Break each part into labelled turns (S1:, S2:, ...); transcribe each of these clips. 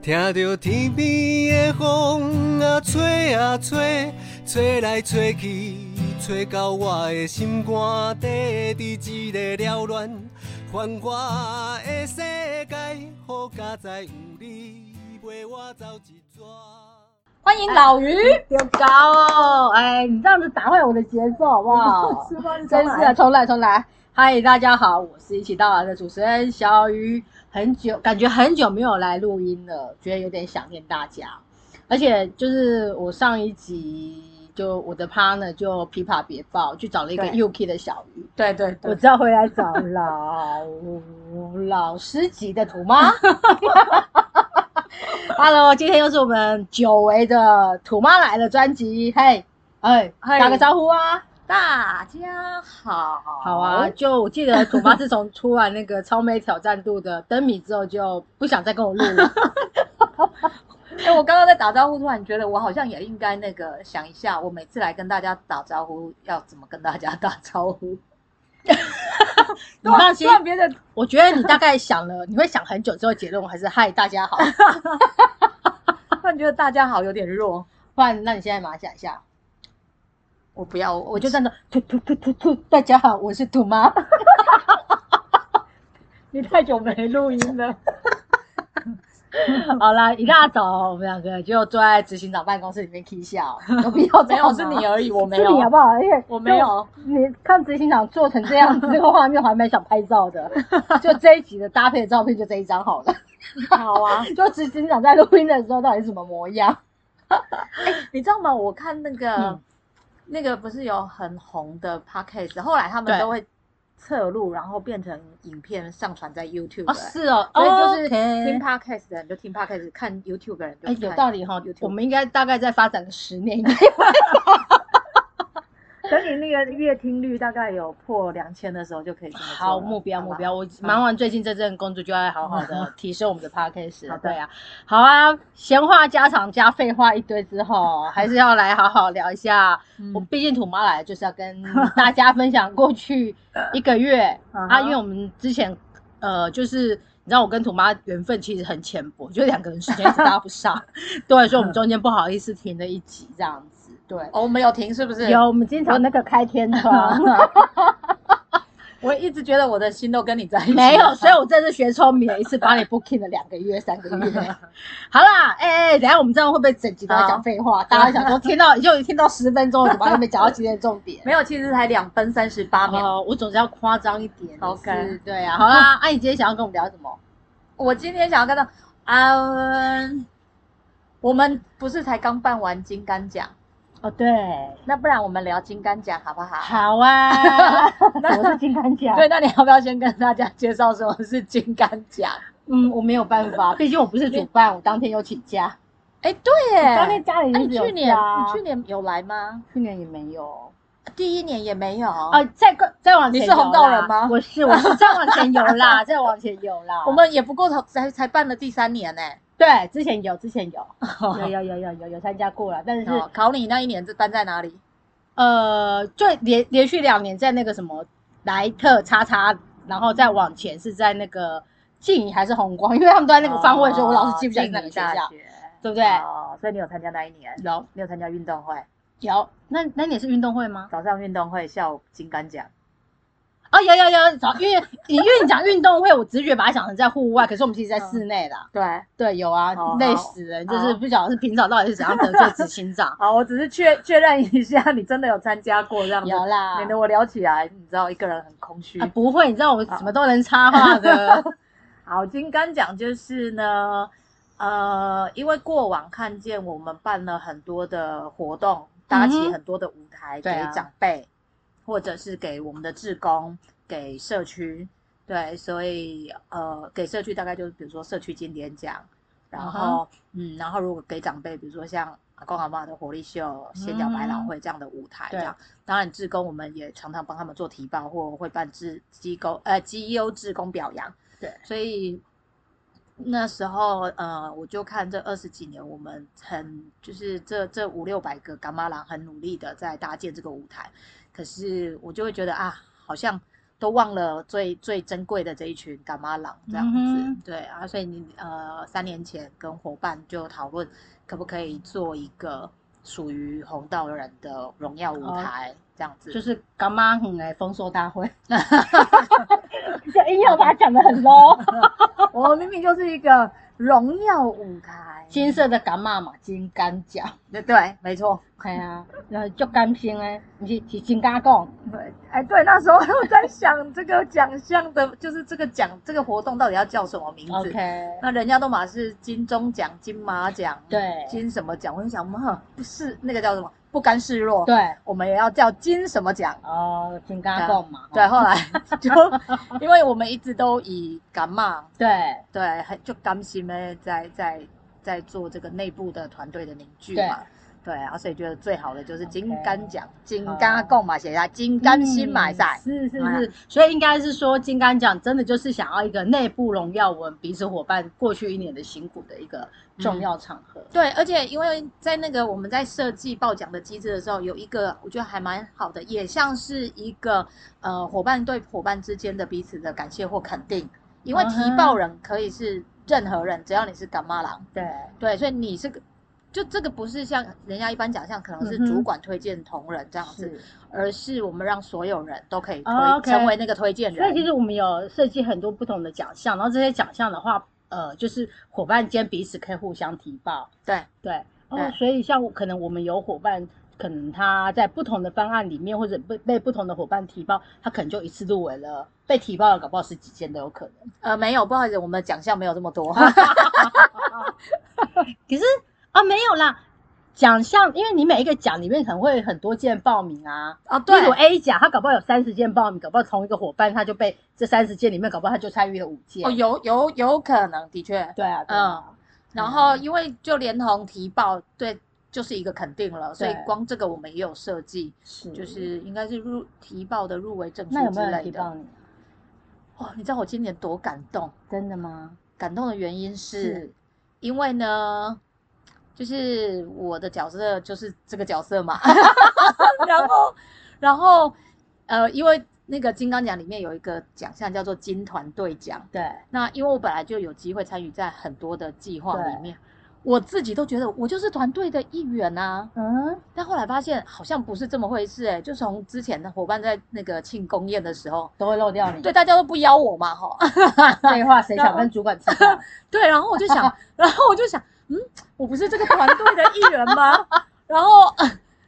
S1: 听着天边的风啊吹啊吹，吹来吹去，吹到我的心肝底，伫一个缭乱繁华的世界，好佳哉有你陪我走一逝。
S2: 欢迎老于，
S3: 丢高哦！哎，你这样子打坏我的节奏，好不好？
S2: 吃饭
S3: 真是的，重来，重来。嗨，大家好，我是一起到来的主持人小鱼。很久，感觉很久没有来录音了，觉得有点想念大家。而且就是我上一集就我的 partner 就琵琶别抱，去找了一个
S2: 对
S3: UK 的小鱼，
S2: 对对
S3: 我
S2: 对，
S3: 只要回来找老老师级的土妈。Hello，今天又是我们久违的土妈来的专辑，嘿，哎，
S2: 嘿
S3: 打个招呼啊！
S2: 大家好，
S3: 好啊，，就我记得土妈自从出完那个超美挑战度的灯谜之后，就不想再跟我录了。
S2: 哎、我刚刚在打招呼，突然觉得我好像也应该那个想一下，我每次来跟大家打招呼要怎么跟大家打招呼。
S3: 你放心
S2: 突然别的
S3: 我觉得你大概想了，你会想很久之后结论，我还是嗨大家好。
S2: 突然觉得大家好有点弱，
S3: 不然，那你现在马上想一下，
S2: 我不要，我
S3: 我
S2: 就
S3: 就
S2: 在
S3: 站着突突突突突，大家好，我是土妈。
S2: 你太久没录音 了，
S3: 好啦，一大早我们两个就坐在执行长办公室里面 k 笑，有必要这
S2: 没
S3: 样吗
S2: 有是你啊而已，我没
S3: 是你好哦
S2: 有，
S3: 不好？而且
S2: 我没有，
S3: 你看执行长做成这样子，这个画面我还蛮想拍照 的。就这一集的搭配的照片，就这一张好了。
S2: 好啊。
S3: 就执行长在录音的时候到底是什么模样？
S2: 你知道吗？我看那个、
S3: 嗯
S2: 那个不是有很红的 podcast，后来他们
S3: 对
S2: 都会侧录，然后变成影片上传在 YouTube、
S3: 哦，是哦，
S2: 所以
S3: 哦
S2: 就是听
S3: OK podcast
S2: podcast 的人就听 podcast，看 YouTube 的人就
S3: 哎，
S2: 看
S3: 有道理哈
S2: YouTube，
S3: 我们应该大概再发展个十年，应 该
S2: 等你那个月听率大概有破两千的时候，就可以这么做了
S3: 好目标
S2: 好
S3: 目
S2: 吧
S3: 标，我忙完最近这阵工作，就要好好的提升我 们的 podcast 了。
S2: 好的
S3: 对啊，好啊，闲话家常加废话一堆之 后，还是要来好好聊一下。
S2: 嗯
S3: 我毕竟土妈来就是要跟大家分享过 去一个月
S2: 嗯
S3: 啊，
S2: 哼
S3: 因为我们之前呃就是。你知道我跟土妈缘分其实很浅薄，就两个人时间一直搭不 上，对，所以我们中间不好意思停了一集这样子，对。
S2: 哦，我们有停是不是？
S3: 有，，我们经常那个开天 窗，
S2: 我一直觉得我的心都跟你在一起。
S3: 没有，所以我这次学聪明了，一次把你 booking 了两个月、三个月。 好啦，哎、哎、等一下我们这样会不会整集都在讲废 话？大家想说听到就已经听到十分钟了，怎么还没讲到今天的重 点？
S2: 没有，其实才两分三十八秒。
S3: 哦，我总是要夸张一点。
S2: OK
S3: 是对啊，好 啦，哎、你今天想要跟我们聊什么？
S2: 我今天想要跟到，嗯，我们不是才刚办完金杆奖，
S3: 哦，对，
S2: 那不然我们聊金杆奖好不好？
S3: 好 啊，我是金刚 奖。
S2: 对，，那你要不要先跟大家介绍什么是金杆奖？
S3: 嗯，我没有办法，毕竟我不是主办，我当天有请假。
S2: 哎，对耶，
S3: 当天家里
S2: 哎，
S3: 人
S2: 你
S3: 只有
S2: 去年
S3: 假
S2: 你去年有来吗？
S3: 去年也没有。
S2: 第一年也没有
S3: 哦，再更再往前
S2: 你是红豆
S3: 游啦
S2: 人吗
S3: 我是，我是再往前游 啦，再往前游啦。
S2: 我们也不过头才才办了第三年呢。
S3: 对之前有，之前有，
S2: 哦
S3: 有有有有有有参加过了，但是
S2: 好哦考你那一年是办在哪里？
S3: 呃，就连连续两年在那个什么莱特叉叉，然后再往前是在那个静怡还是红光，因为他们都在那个方位，所以我老是记不起来是哪个学
S2: 哦静宜大
S3: 校，
S2: 学
S3: 对不对？
S2: 哦，所以你有参加那一年，
S3: 有
S2: 你有参加运动会，
S3: 有，那那你也是运动会吗？
S2: 早上运动会，下午金杆奖。
S3: 哦，有有有，早因为你因为你讲运动会，我直觉把它想成在户外，可是我们其实在
S2: 嗯
S3: 室内啦。
S2: 对，
S3: 对，有啊
S2: 好，
S3: 累
S2: 好
S3: 死人，就是
S2: 好
S3: 不晓得是平常到底是怎样得罪执行长。
S2: 好，我只是确确认一下，你真的有参加过这样子，
S3: 有啦，
S2: 免得我聊起来，你知道一个人很空虚。
S3: 啊不会，你知道我什么都能插话 的。
S2: 好，金刚奖就是呢，呃，因为过往看见我们办了很多的活动，搭
S3: 嗯
S2: 起
S3: 哼
S2: 很多的舞台给
S3: 对啊
S2: 长辈，或者是给我们的志工，给社区，对，所以呃，给社区大概就是比如说社区经典奖，然后嗯然后如果给长辈，比如说像阿公阿妈的活力秀、仙脚百老
S3: 嗯
S2: 汇这样的舞台，这
S3: 对
S2: 样。当然，志工我们也常常帮他们做提报，或会办志机构呃绩优志工表扬。
S3: 对
S2: 所以那时候呃，我就看这二十几年，我们很就是这这五六百个伽马郎很努力的在搭建这个舞台，可是我就会觉得啊，好像都忘了最最珍贵的这一群干妈郎这样子。
S3: 嗯哼
S2: 对啊，所以你呃三年前跟伙伴就讨论可不可以做一个属于红道人的荣耀舞
S3: 哦
S2: 台、这样子，
S3: 就是干妈很来丰收大会， 就硬要把它讲的很 low。
S2: 我哦明明就是一个荣耀舞 台，
S3: 金色的干妈嘛，金干角，
S2: 对对，没错，
S3: 系啊，然后足甘心诶，毋是是真敢讲，
S2: 对，哎对，那时候 我在想这个奖项的，就是这个奖这个活动到底要叫什么名字
S3: OK，
S2: 那人家都嘛是金钟奖、金马奖，
S3: 对
S2: 金什么奖？我就想，嘛，不是那个叫什么，不甘示弱，，
S3: 对，
S2: 我们也要叫金什么奖。
S3: 哦，真敢讲嘛，
S2: 对，后来 就因为我们一直都以感冒，
S3: 对啊
S2: 对，很就甘心的在在在做这个内部的团队的凝聚嘛。对啊，所以觉得最好的就是金柑奖、金柑贡嘛，写下金柑新买赛
S3: 嗯，是是
S2: 哎
S3: 是，所以应该是说金刚奖真的就是想要一个内部荣耀我们彼此伙伴过去一年的辛苦的一个重要场合。
S2: 对，而且因为在那个我们在设计报奖的机制的时候，有一个我觉得还蛮好的，也像是一个呃伙伴对伙伴之间的彼此的感谢或肯定。因为提
S3: 嗯
S2: 报人可以是任何人，只要你是干妈郎，
S3: 对，
S2: 对，所以你是个就这个不是像人家一般奖项，可能
S3: 嗯
S2: 是
S3: 哼
S2: 主管推荐同仁这样子，
S3: 是。
S2: 而是我们让所有人都可以推、
S3: 哦，OK
S2: 成为那个推荐人。
S3: 所以其实我们有设计很多不同的奖项，然后这些奖项的话，呃，就是伙伴间彼此可以互相提报。
S2: 对
S3: 对，哦
S2: 对，
S3: 所以像我可能我们有伙伴，可能他在不同的方案里面，或者被被不同的伙伴提报，他可能就一次入围了，被提报了，搞不好十几件都有可能。
S2: 呃，没有，不好意思，我们的奖项没有这 么多。
S3: 可是啊、没有啦，奖项，因为你每一个奖里面可能会很多件报名啊。
S2: 哦，对
S3: 例，如 A 奖，他搞不好有三十件报名，搞不好同一个伙伴他就被这三十件里面，搞不好他就参与了五件。
S2: 哦，有嗯有有可能，的确。
S3: 对啊，对啊，
S2: 然后因为就连同提报，对，就是一个肯定了，所以
S3: 对
S2: 光这个我们也有设计，
S3: 是
S2: 就是应该是入提报的入围证书
S3: 那有
S2: 之
S3: 没有人
S2: 类
S3: 提
S2: 的
S3: 报。你？啊
S2: 哦，你知道我今年多感动，
S3: 真的吗？
S2: 感动的原因是，
S3: 是
S2: 因为呢，就是我的角色就是这个角色 嘛，然后，然后，呃，因为那个金刚奖里面有一个奖项叫做金团队奖，
S3: 对，
S2: 那因为我本来就有机会参与在很多的计划
S3: 对
S2: 里面，我自己都觉得我就是团队的一员啊。
S3: 嗯，
S2: 但后来发现好像不是这么回事哎、就从之前的伙伴在那个庆功宴的时候，
S3: 都会漏掉你。
S2: 对大家都不邀我嘛哈，
S3: 废话，谁想跟主管吃饭？
S2: 对，然后我就 想，然后我就想，嗯，我不是这个团队的一员吗？ 然后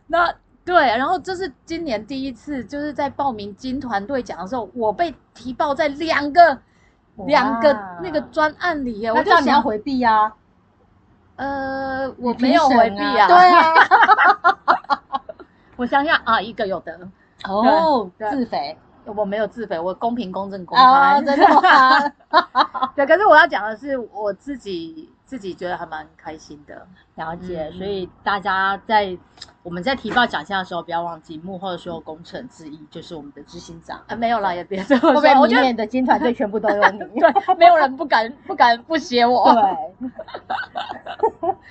S2: 那对，然后这是今年第一次，就是在报名金团队奖的时候，我被提报在两个 两个
S3: 哇
S2: 那个专案里耶，
S3: 那
S2: 我
S3: 这
S2: 就
S3: 样你要
S2: 想。
S3: 回避啊，
S2: 呃，我
S3: 你
S2: 没有
S3: 评审
S2: 回避 啊。
S3: 对， 啊，
S2: 我想想啊，一个有得，
S3: 哦，
S2: 对
S3: 自肥
S2: 我没有自卑，我公平、公正、公
S3: 啊，
S2: 开
S3: 哦。真的吗？
S2: 对，可是我要讲的是，我自己自己觉得还蛮开心的。
S3: 了解，
S2: 嗯
S3: 所以大家在我们在提报奖项的时候，不要忘记幕后的所有工程之一就是我们的执行长。
S2: 啊，没有啦，也别这么
S3: 会不
S2: 说。
S3: 会
S2: 我
S3: 明
S2: 觉得
S3: 年的金团队全部都有你？
S2: 对，没有人不敢不敢不写我。
S3: 对，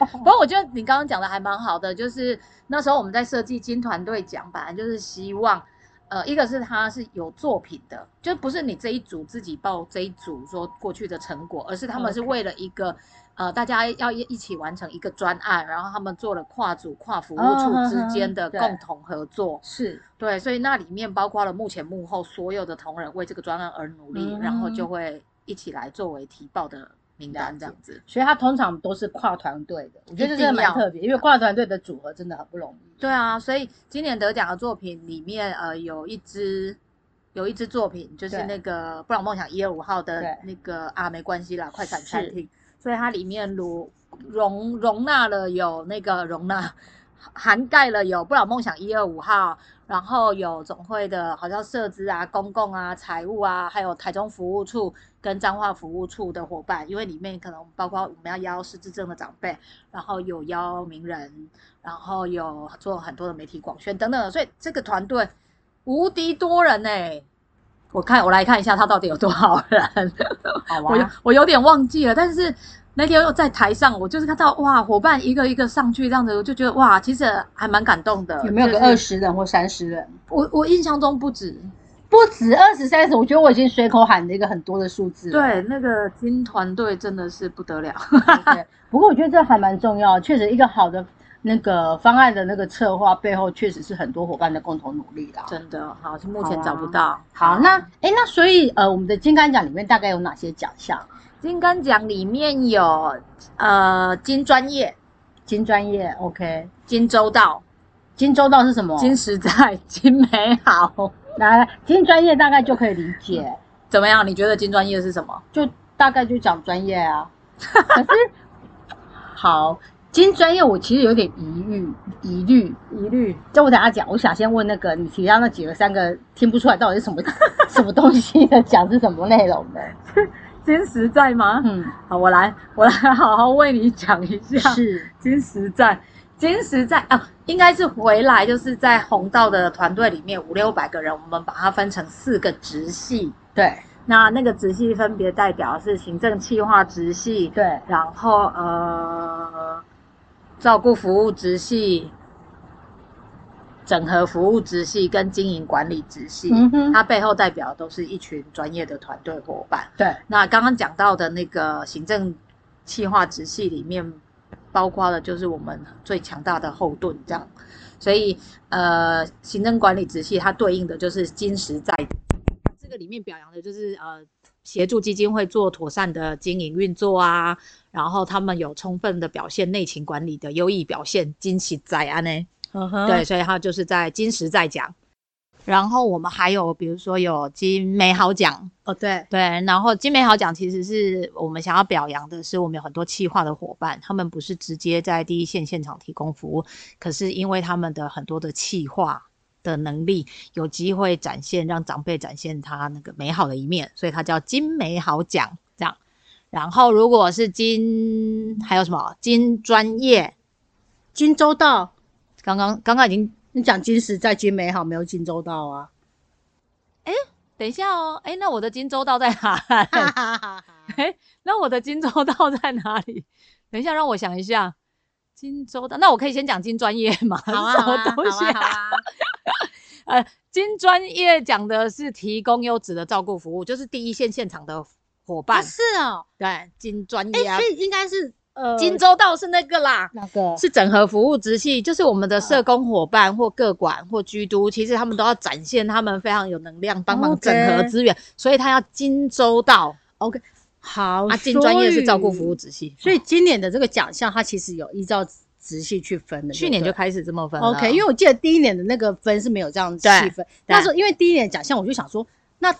S2: 不过我觉得你刚刚讲的还蛮好的，就是那时候我们在设计金团队奖，本来就是希望，呃，一个是它是有作品的，就不是你这一组自己报这一组说过去的成果，而是他们是
S3: OK
S2: 为了一个。呃，大家要一一起完成一个专案，然后他们做了跨组、跨服务
S3: 哦
S2: 处
S3: 哼
S2: 之
S3: 哼
S2: 间的
S3: 对
S2: 共同合作。
S3: 是
S2: 对，所以那里面包括了幕前幕后所有的同仁为这个专案而努力，然后就
S3: 嗯
S2: 会一起来作为提报的名
S3: 了
S2: 单
S3: 解
S2: 这样子。
S3: 所以他通常都是跨团队的，我觉得这真的
S2: 一定
S3: 蛮
S2: 要
S3: 特别，因为跨团队的组合真的很不容易。
S2: 对啊，所以今年得奖的作品里面，呃，有一支有一支作品就是
S3: 对
S2: 那个布朗梦想一二五号的
S3: 对
S2: 那个啊，没关系啦，快闪餐
S3: 是
S2: 厅。所以它里面容容容纳了有那个容纳涵盖了有布朗梦想一二五号，然后有总会的好像设置啊、公共啊、财务啊，还有台中服务处跟彰化服务处的伙伴，因为里面可能包括我们要邀失智症的长辈，然后有邀名人，然后有做很多的媒体广宣等等的，所以这个团队无敌多人呢、我看我来看一下他到底有多少人，
S3: 好
S2: 我有
S3: 啊，
S2: 我有点忘记了，但是那天又在台上，我就是看到哇，伙伴一个一个上去这样子，我就觉得哇，其实还蛮感动的。
S3: 有没有
S2: 就
S3: 个
S2: 是
S3: 二十人或三十人？
S2: 我我印象中不止，
S3: 不止二十三十，我觉得我已经随口喊了一个很多的数字了。
S2: 对，那个金团队真的是不得了。
S3: 对， 不过我觉得这还蛮重要，确实一个好的那个方案的那个策划背后，确实是很多伙伴的共同努力啦。
S2: 真的好，是目前找不到。
S3: 好，那哎，那所以呃，我们的金杆奖里面大概有哪些奖项？
S2: 金刚奖里面有呃金专业、
S3: 金专业，OK，
S2: 金周到、
S3: 金周到是什么？
S2: 金实在、金美好，
S3: 来来，金专业大概就可以理解，
S2: 怎么样？你觉得金专业是什么？
S3: 就大概就讲专业啊。 可是好，金专业我其实有点疑虑，疑虑。
S2: 疑虑
S3: 这我等下讲，我想先问那个你提到那几个三个听不出来到底是什么 什么东西的，讲是什么内容的？
S2: 金实在吗？
S3: 嗯，
S2: 好，我来，我来好好为你讲一下。
S3: 是
S2: 金实在，金实在啊，应该是回来就是在红道的团队里面五六百个人，我们把它分成四个直系。
S3: 对
S2: 那那个直系分别代表是行政企划直系，
S3: 对
S2: 然后呃，照顾服务直系、整合服务直系跟经营管理直系，
S3: 嗯哼
S2: 它背后代表都是一群专业的团队伙伴。
S3: 对，
S2: 那刚刚讲到的那个行政企划直系里面，包括的就是我们最强大的后盾这样。所以呃，行政管理直系它对应的就是金石在，这个里面表扬的就是呃。协助基金会做妥善的经营运作啊，然后他们有充分的表现内勤管理的优异表现，金石在安呢，
S3: 嗯哼
S2: 对，所以他就是在金石在奖。然后我们还有比如说有金美好奖，
S3: 哦对
S2: 对，然后金美好奖其实是我们想要表扬的，是我们有很多企划的伙伴，他们不是直接在第一线现场提供服务，可是因为他们的很多的企划的能力，有机会展现让长辈展现他那个美好的一面，所以它叫金美好奖这样。然后如果是金还有什么金专业，
S3: 金周到，
S2: 刚刚刚刚已经
S3: 你讲金石在金美好，没有金周到啊。
S2: 等一下哦，哎，那我的金周到在哪？
S3: 哈哈 哈哈
S2: 哎，那我的金州道在哪里？等一下，让我想一下。金州道，那我可以先讲金专业吗？
S3: 好啊，
S2: 什
S3: 好
S2: 么
S3: 啊
S2: 东西
S3: 好啊 好啊
S2: 呃，金专业讲的是提供优质的照顾服务，就是第一线现场的伙
S3: 啊
S2: 伴。
S3: 是哦，
S2: 对，金专
S3: 哎
S2: 业、，啊
S3: 所以应该是呃
S2: 金州道是那个啦。
S3: 那个
S2: 是整合服务直系，就是我们的社工伙伴或各管或居都，其实他们都要展现他们非常有能量，帮忙整合
S3: OK
S2: 资源所以他要金州道
S3: OK 好
S2: 啊，金专业是照顾服务
S3: 所
S2: 直系哦
S3: 以，，所以今年的这个奖项它其实有依照直系去分的，
S2: 去年就
S3: 开。
S2: 开始这么分了
S3: OK，因为我记得第一年的那个分是没有这样细
S2: 对
S3: 分，那时候因为第一年的奖项，我就想说，那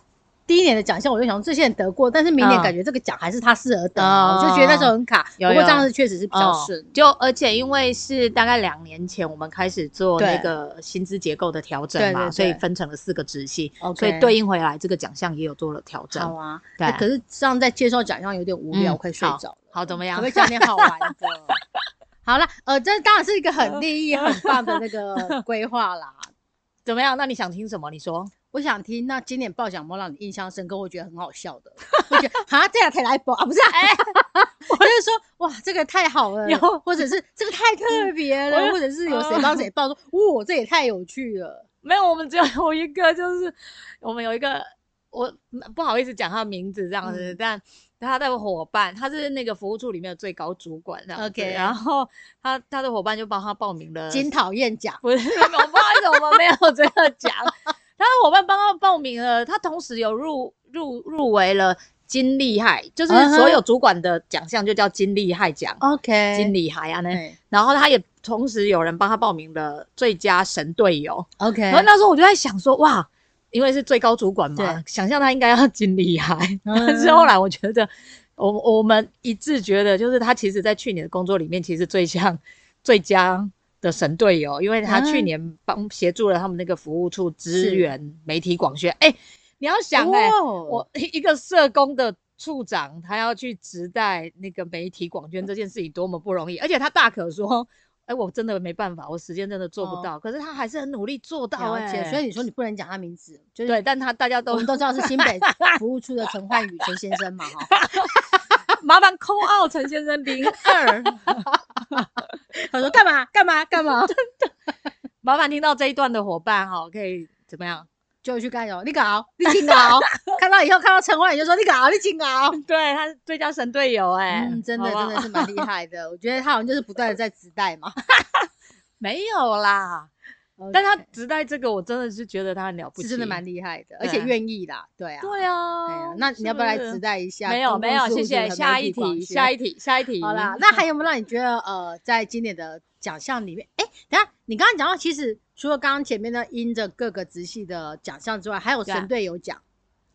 S3: 第一年的奖项我就想说这些人得过，但是明年
S2: 嗯
S3: 感觉这个奖还是他适合得啊，我就觉得那时候很卡。
S2: 有
S3: 不过
S2: 有
S3: 这样子确实是比较顺
S2: 哦。就而且因为是大概两年前我们开始做
S3: 对
S2: 那个薪资结构的调整
S3: 对
S2: 嘛，
S3: 对对
S2: 所以分成了四个直系
S3: OK
S2: 所以对应回来这个奖项也有做了调整。
S3: 好啊，
S2: 对
S3: 哎可是这样在介绍奖项有点无聊，
S2: 嗯
S3: 我快睡着了。
S2: 好怎么样
S3: 可不可以讲点好玩的？ 好啦，呃，这当然是一个很利益、很棒的那 个规划啦。
S2: 怎么样？那你想听什么？你说。
S3: 我想听，那今年报奖有没有让你印象深刻，我觉得很好笑的，我觉得哈，这样才来报啊，不是、啊，我就是说，哇，这个太好了，
S2: 有
S3: 或者是这个太特别了，
S2: 我
S3: 或者是有嗯谁帮谁报说，哇、这也太有趣了，
S2: 没有，我们只有有一个，就是我们有一个，我嗯不好意思讲他的名字这样子，
S3: 嗯
S2: 但他的伙伴，他是那个服务处里面的最高主管这样子
S3: OK
S2: 然后他他的伙伴就帮他报名了，
S3: 金讨厌奖，
S2: 不是，我不好意思，我们没有这个奖，他的伙伴帮他报名了，他同时有入入入围了金厉害，就是
S3: 嗯哼
S2: 所有主管的奖项就叫金厉害奖
S3: OK，
S2: 金厉害啊呢，
S3: 对
S2: 然后他也同时有人帮他报名了最佳神队友。
S3: ，OK，
S2: 然后那时候我就在想说，哇，因为是最高主管嘛
S3: 对，
S2: 想象他应该要经理害。
S3: 嗯
S2: 但是后来我觉得，我我们一致觉得，就是他其实在去年的工作里面，其实最像最佳的神队友，因为他
S3: 嗯
S2: 去年帮协助了他们那个服务处支援媒体广宣。哎、你要想哎、
S3: 哦
S2: 我一个社工的。处长他要去直带那个媒体广宣这件事情多么不容易，而且他大可说：“哎、我真的没办法，我时间真的做
S3: 哦
S2: 不到。可是他还是很努力做到、
S3: 了
S2: 哎，
S3: 解，所以你说你不能讲他名字，就是
S2: 对，但他大家
S3: 我
S2: 都
S3: 们都知道是新北服务处的陈焕宇陈先生嘛，哈，
S2: 麻烦空奥陈先生零二，
S3: 他说干 嘛干嘛干嘛，
S2: 哦麻烦听到这一段的伙伴哈，可以怎么样？
S3: 就去干什么？你搞，你紧 搞，看到以后看到陈欢，你就说你搞，你紧搞。
S2: 对，他是最佳神队友哎、
S3: 嗯，真
S2: 好
S3: 的
S2: 不好
S3: 真的是蛮厉害的，我觉得他好像就是不断的在自带 嘛。
S2: 没有啦。但他只带这个，我真的是觉得他很了不
S3: 是
S2: 起，
S3: 真的蛮厉害的，而且
S2: 对啊
S3: 愿意啦，对啊，
S2: 对啊。
S3: 哎呀，那你要不要来指带一下？
S2: 没有
S3: 公共
S2: 没有，
S3: 事务
S2: 谢
S3: 组
S2: 谢。
S3: 和
S2: 下
S3: 媒
S2: 一
S3: 体广
S2: 题，
S3: 宣
S2: 下一题，下一题。
S3: 好啦，那还有没有让你觉得呃，在今年的奖项里面，哎、等一下你刚刚讲到，其实除了刚刚前面的因着各个直系的奖项之外，还有
S2: 对啊
S3: 神队友奖。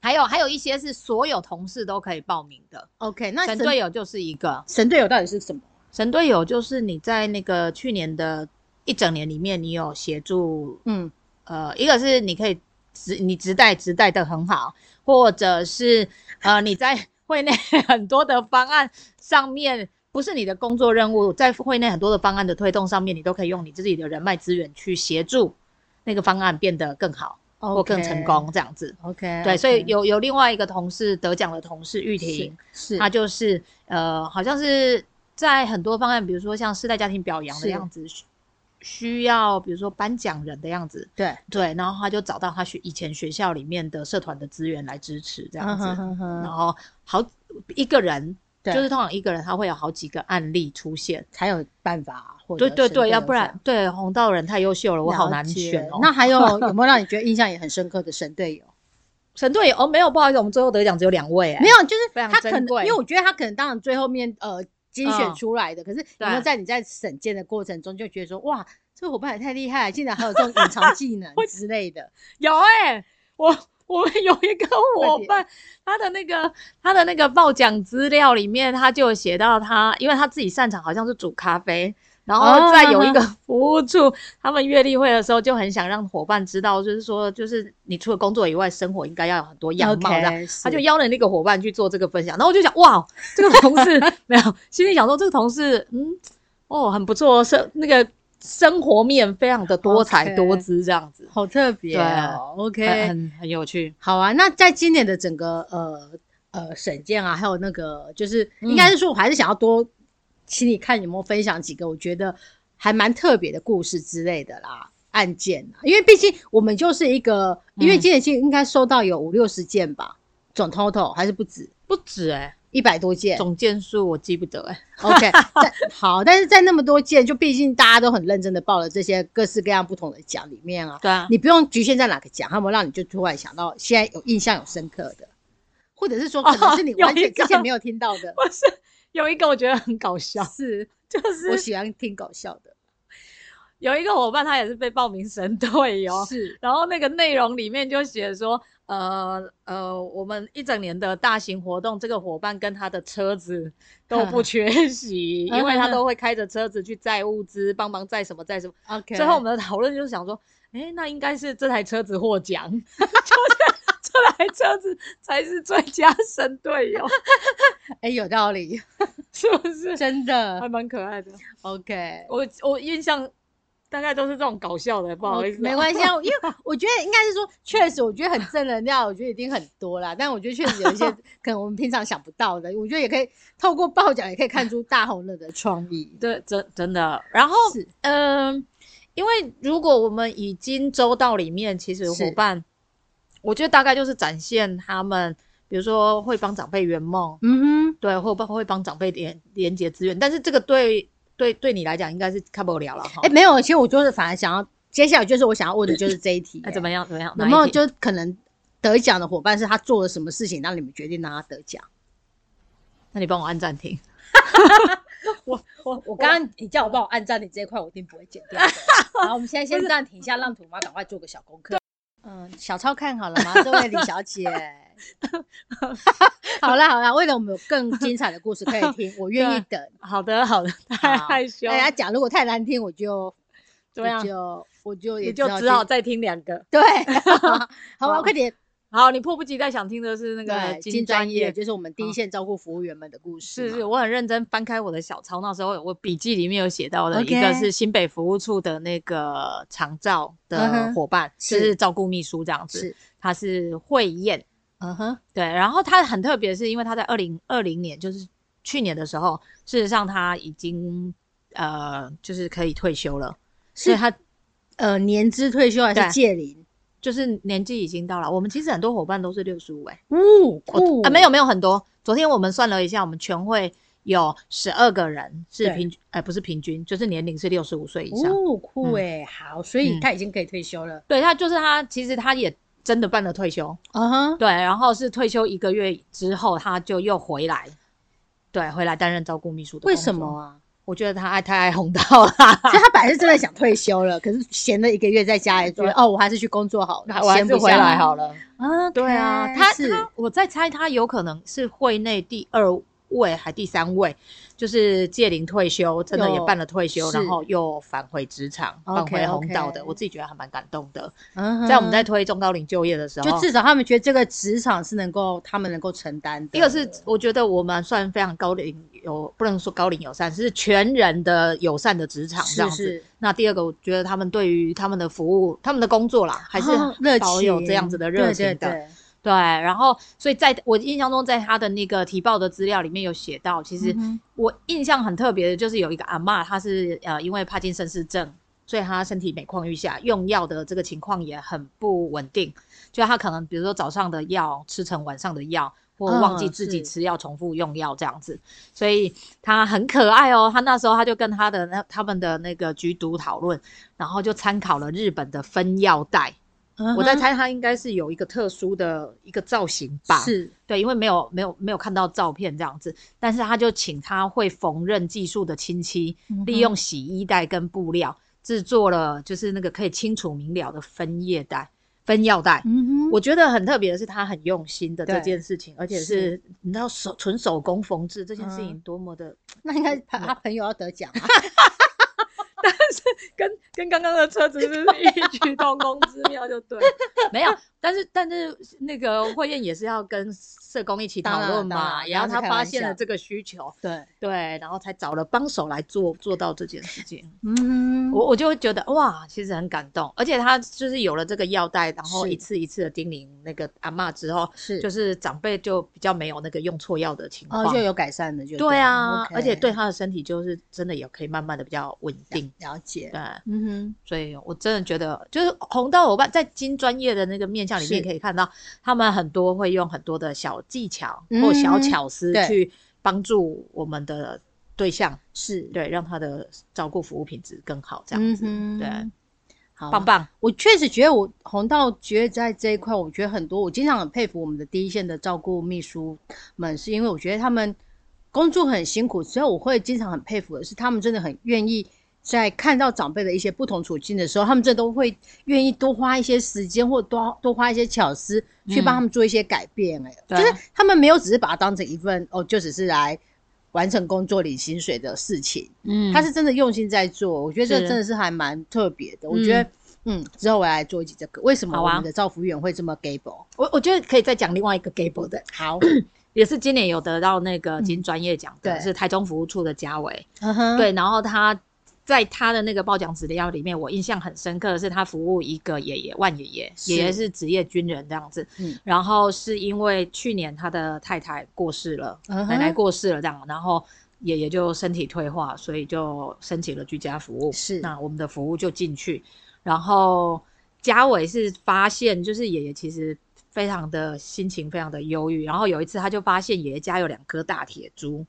S2: 还有还有一些是所有同事都可以报名的，
S3: OK，那
S2: 神
S3: 神
S2: 队友就是一个
S3: 神队友到底是什么？
S2: 神队友，就是你在那个去年的一整年里面，你有协助
S3: 嗯，
S2: 呃，一个是你可以直你直带直带的很好，或者是呃你在会内很多的方案上面，不是你的工作任务，在会内很多的方案的推动上面，你都可以用你自己的人脉资源去协助那个方案变得更好或更成功这样子。
S3: 嗯 OK，,
S2: 对，所以有有另外一个同事得奖的同事玉婷，
S3: 是
S2: 她就是呃，好像是在很多方案，比如说像世代家庭表扬的
S3: 是
S2: 样子，需需要比如说颁奖人的样子，
S3: 对
S2: 对，然后他就找到他学以前学校里面的社团的资源来支持
S3: 这
S2: 这样子，
S3: 嗯
S2: 嗯
S3: 哼
S2: 然
S3: 哼
S2: 后好一个人，就
S3: 对
S2: 是通常一个人他会有好几个案例出现，
S3: 才有办法获得
S2: 对
S3: 神
S2: 对
S3: 队友奖。
S2: 对，要不然对红道人太优秀了，我好
S3: 了
S2: 难
S3: 解
S2: 选哦。
S3: 那 还有有没有让你觉得印象也很深刻的神队友？
S2: 神队友哦，没有，不好意思，我们最后得奖只有两位、哎，
S3: 没有，就是
S2: 非常
S3: 他可能
S2: 珍，贵嗯
S3: 因为我觉得他可能当然最后面呃精选出来的，可是有没有
S2: 对
S3: 在你在审鉴的过程中就觉得说，哇，这个伙伴也太厉害了，竟然还有这种隐藏技 能之类的，
S2: 有哎、我我们有一个伙伴，他的那个他的那个报奖资料里面，他就有写到他，因为他自己擅长好像是煮咖啡。然后
S3: 哦
S2: 在有一个服务处，他们月例会的时候就很想让伙伴知道，就是说，就是你除了工作以外，生活应该要有很多样貌这样。
S3: OK，
S2: 他就是邀了那个伙伴去做这个分享，然后我就想，哇，这个同事没有，心里想说这个同事，嗯，哦，很不错，生那个生活面非常的多才
S3: OK
S2: 多姿，这样子。
S3: 好特别哦
S2: 很
S3: ，OK，
S2: 很很有趣。
S3: 好啊。那在今年的整个呃呃审鉴啊，还有那个就是
S2: 嗯
S3: 应该是说，我还是想要多请你看有没有分享几个我觉得还蛮特别的故事之类的啦。案件啊，因为毕竟我们就是一个，因为
S2: 嗯
S3: 今年其实应该收到有五六十件吧，总 total 还是不止
S2: 不止哎、
S3: 一百多件。
S2: 总件数我记不得哎、
S3: OK，但好，但是在那么多件，就毕竟大家都很认真的报了这些各式各样不同的奖里面啊，
S2: 对啊，
S3: 你不用局限在哪个奖，他们让你就突然想到现在有印象有深刻的，或者是说可能是你
S2: 哦
S3: 完
S2: 有一
S3: 全
S2: 个
S3: 之前没有听到的，
S2: 我是有一个我觉得很搞笑，
S3: 是
S2: 就是
S3: 我喜欢听搞笑的，
S2: 有一个伙伴他也是被报名神队友，
S3: 是
S2: 然后那个内容里面就写说，呃呃，我们一整年的大型活动，这个伙伴跟他的车子都
S3: 嗯
S2: 不缺席，因为他都会开着车子去载物资，帮忙载什么载什么。
S3: OK。
S2: 最后我们的讨论就是想说，哎、那应该是这台车子获奖， 就是这台车子才是最佳神队友，
S3: 哎、有道 理，
S2: 是不是？
S3: 真
S2: 还
S3: 的
S2: 蛮可爱的。
S3: OK。
S2: 我我印象大概都是这种搞笑的，不好意思、
S3: 没关系，啊，因为我觉得应该是说，确实，我觉得很正能量，我觉得一定很多啦。但我觉得确实有一 些可能我们平常想不到的，我觉得也可以透过报奖也可以看出大红人的创意。
S2: 对，真真的。然后
S3: 是
S2: 嗯、因为如果我们已经周到里面，其实
S3: 是
S2: 伙伴，我觉得大概就是展现他们，比如说会帮长辈圆梦，
S3: 嗯哼，
S2: 对，或帮会帮长辈连连接资源，但是这个对对对你来讲应该是看不了了哈。
S3: 哎、没有，其实我就是反而想要，接下来就是我想要问的就是这一题、
S2: 哎怎么样？怎么样？
S3: 有
S2: 哪一
S3: 没有
S2: 题
S3: 就可能得奖的伙伴是他做了什么事情让你们决定让他得奖？
S2: 那你帮我按暂 停。
S3: 我我刚刚你叫我帮我按暂停这一块，我一定不会剪掉 的。然后我们现在先暂停一下，让土妈赶快做个小功课。嗯，小抄看好了吗？这位李小 姐。好啦好啦，为了我们有更精彩的故事可以听，我 愿意等。
S2: 好的，好的，哎啊太
S3: 好
S2: 害羞
S3: 大，家讲如果太难听，我就
S2: 对啊
S3: 我就我就也
S2: 你就
S3: 道
S2: 只好
S3: 去
S2: 再听两个。
S3: 对， 好吧，
S2: 好
S3: 快点
S2: 好，你迫不及待想听的是那个
S3: 对，金
S2: 专
S3: 专业
S2: 业，嗯
S3: 就是我们第一线照顾服务员们的故事
S2: 是
S3: 嘛。
S2: 是，我很认真翻开我的小抄，那时候我笔记里面有写到的一个
S3: OK
S2: 是新北服务处的那个长照
S3: 嗯
S2: 的
S3: 哼
S2: 伙伴，就是是照顾秘书这样子，
S3: 是，
S2: 他是慧燕，
S3: 嗯哼，
S2: 对，然后他很特别，是因为他在二零二零年，就是去年的时候，事实上他已经呃就是可以退休了，所以
S3: 是
S2: 他
S3: 呃年资退休还
S2: 对
S3: 是届龄？
S2: 就是年纪已经到了，我们其实很多伙伴都是六十五哎，
S3: 嗯，
S2: 我
S3: 酷
S2: 啊没有没有很多，昨天我们算了一下，我们全会有十二个人是
S3: 对
S2: 平均，哎、不是平均，就是年龄是六十五岁以上。
S3: 哦，酷哎、好，所以
S2: 嗯
S3: 他已经可以退休了。
S2: 对他就是他，其实他也真的办了退休，
S3: 嗯哼，
S2: 对，然后是退休一个月之后，他就又回来，对，回来担任照顾秘书的。
S3: 为什么？啊？
S2: 我觉得他爱太爱红 道啦，
S3: 所以他本来是真的想退休了，可是闲了一个月在家 里，觉得哦，我还是去工作好了，
S2: 我还
S3: 闲
S2: 是
S3: 不
S2: 回
S3: 下
S2: 来好了。
S3: 啊。
S2: 对啊，他
S3: 是
S2: 他，我在猜他有可能是会内第二位还第三位，就是届龄退休，真的也
S3: 有
S2: 办了退休，
S3: 是
S2: 然后又返回职场，返
S3: OK，
S2: 回红道的
S3: OK
S2: 我自己觉得还蛮感动的。
S3: 嗯哼
S2: 在我们在哦推中高龄就业的时候，
S3: 就至少他们觉得这个职场是能够他们能够承担的。
S2: 一个是我觉得我们算非常高龄友，不能说高龄友善，是全人的友善的职场这
S3: 是
S2: 样子。
S3: 是
S2: 那第二个，我觉得他们对于他们的服务、他们的工作啦，还是
S3: 哦热
S2: 保
S3: 情
S2: 有这样子的热情的。
S3: 对对对
S2: 对，然后所以在我印象中，在他的那个提报的资料里面有写到，其实
S3: 嗯
S2: 我印象很特别的就是有一个阿嬷，她是呃因为帕金森氏症，所以她身体每况愈下，用药的这个情况也很不稳定，就她可能比如说早上的药吃成晚上的药。或
S3: 嗯
S2: 忘记自己
S3: 是
S2: 吃药，重复用药这样子，所以她很可爱哦。她那时候她就跟她的那他们的那个局督讨论，然后就参考了日本的分药袋，
S3: 嗯哼
S2: 我在猜它应该是有一个特殊的一个造型吧，
S3: 是嗯
S2: 对，因为没有没有没有看到照片这样子，但是他就请他会缝纫技术的亲戚，
S3: 嗯
S2: 利用洗衣袋跟布料制作了，就是那个可以清楚明了的分叶袋、分药袋。
S3: 嗯哼，
S2: 我觉得很特别的是，他很用心的这
S3: 对
S2: 件事情，而且
S3: 是
S2: 是你知道手纯手工缝制这件事情
S3: 嗯
S2: 多么的、
S3: 那应该他他朋友要得奖啊，
S2: 跟跟刚刚的车子 是异曲同工之妙，就对。 没有，但是但是那个慧燕也是要跟社工一起
S3: 当
S2: 讨
S3: 然
S2: 论
S3: 当
S2: 嘛，
S3: 然
S2: 然后
S3: 当然是
S2: 他
S3: 开
S2: 发
S3: 玩
S2: 现了
S3: 笑
S2: 这个需求，
S3: 对，
S2: 对，然后才找了帮手来做做到这件事情。
S3: 嗯，
S2: 我我就会觉得哇，其实很感动，而且他就是有了这个药袋，然后
S3: 是
S2: 一次一次的叮咛那个阿嬷之后，
S3: 是
S2: 就是长辈就比较没有那个用错药的情况。
S3: 哦就有改善的就
S2: 对啊，
S3: ，OK
S2: 而且对他的身体就是真的也可以慢慢的比较稳定。
S3: 了解，
S2: 对，
S3: 嗯哼，
S2: 所以哦我真的觉得，就是红道伙伴在金专业的那个面向里面
S3: 是
S2: 可以看到，他们很多会用很多的小技巧
S3: 嗯
S2: 或小巧思
S3: 对
S2: 去帮助我们的对象，
S3: 是
S2: 对，让他的照顾服务品质更好，这样子，
S3: 嗯哼
S2: 对，
S3: 好
S2: 棒棒，
S3: 我确实觉得我红道觉得在这一块，我觉得很多，我经常很佩服我们的第一线的照顾秘书们，是因为我觉得他们工作很辛苦，所以我会经常很佩服的是，他们真的很愿意在看到长辈的一些不同处境的时候，他们真的都会愿意多花一些时间，或多多花一些巧思去帮他们做一些改变、哎、
S2: 对
S3: 就是他们没有只是把它当成一份哦，就只是来完成工作领薪水的事情，
S2: 嗯
S3: 他是真的用心在做，我觉得这
S2: 是
S3: 真的是还蛮特别的。我
S2: 嗯
S3: 觉得，嗯，之后我来做一集这个，为什么
S2: 好
S3: 我
S2: 啊
S3: 们的造福员会这么 gable？
S2: 我我觉得可以再讲另外一个 Gable 的，
S3: 好，嗯
S2: 也是今年有得到那个金专业奖的，
S3: 对
S2: 是台中服务处的嘉伟，
S3: 嗯哼，
S2: 对，然后他在他的那个报奖资料里面，我印象很深刻的是，他服务一个爷爷，万爷爷，
S3: 是
S2: 爷爷是职业军人这样子。
S3: 嗯
S2: 然后是因为去年他的太太过世了，
S3: 嗯哼
S2: 奶奶过世了这样，然后爷爷就身体退化，所以就申请了居家服务。
S3: 是
S2: 那我们的服务就进去，然后嘉伟是发现，就是爷爷其实。非常的心情非常的忧郁，然后有一次他就发现爷爷家有两颗大铁珠，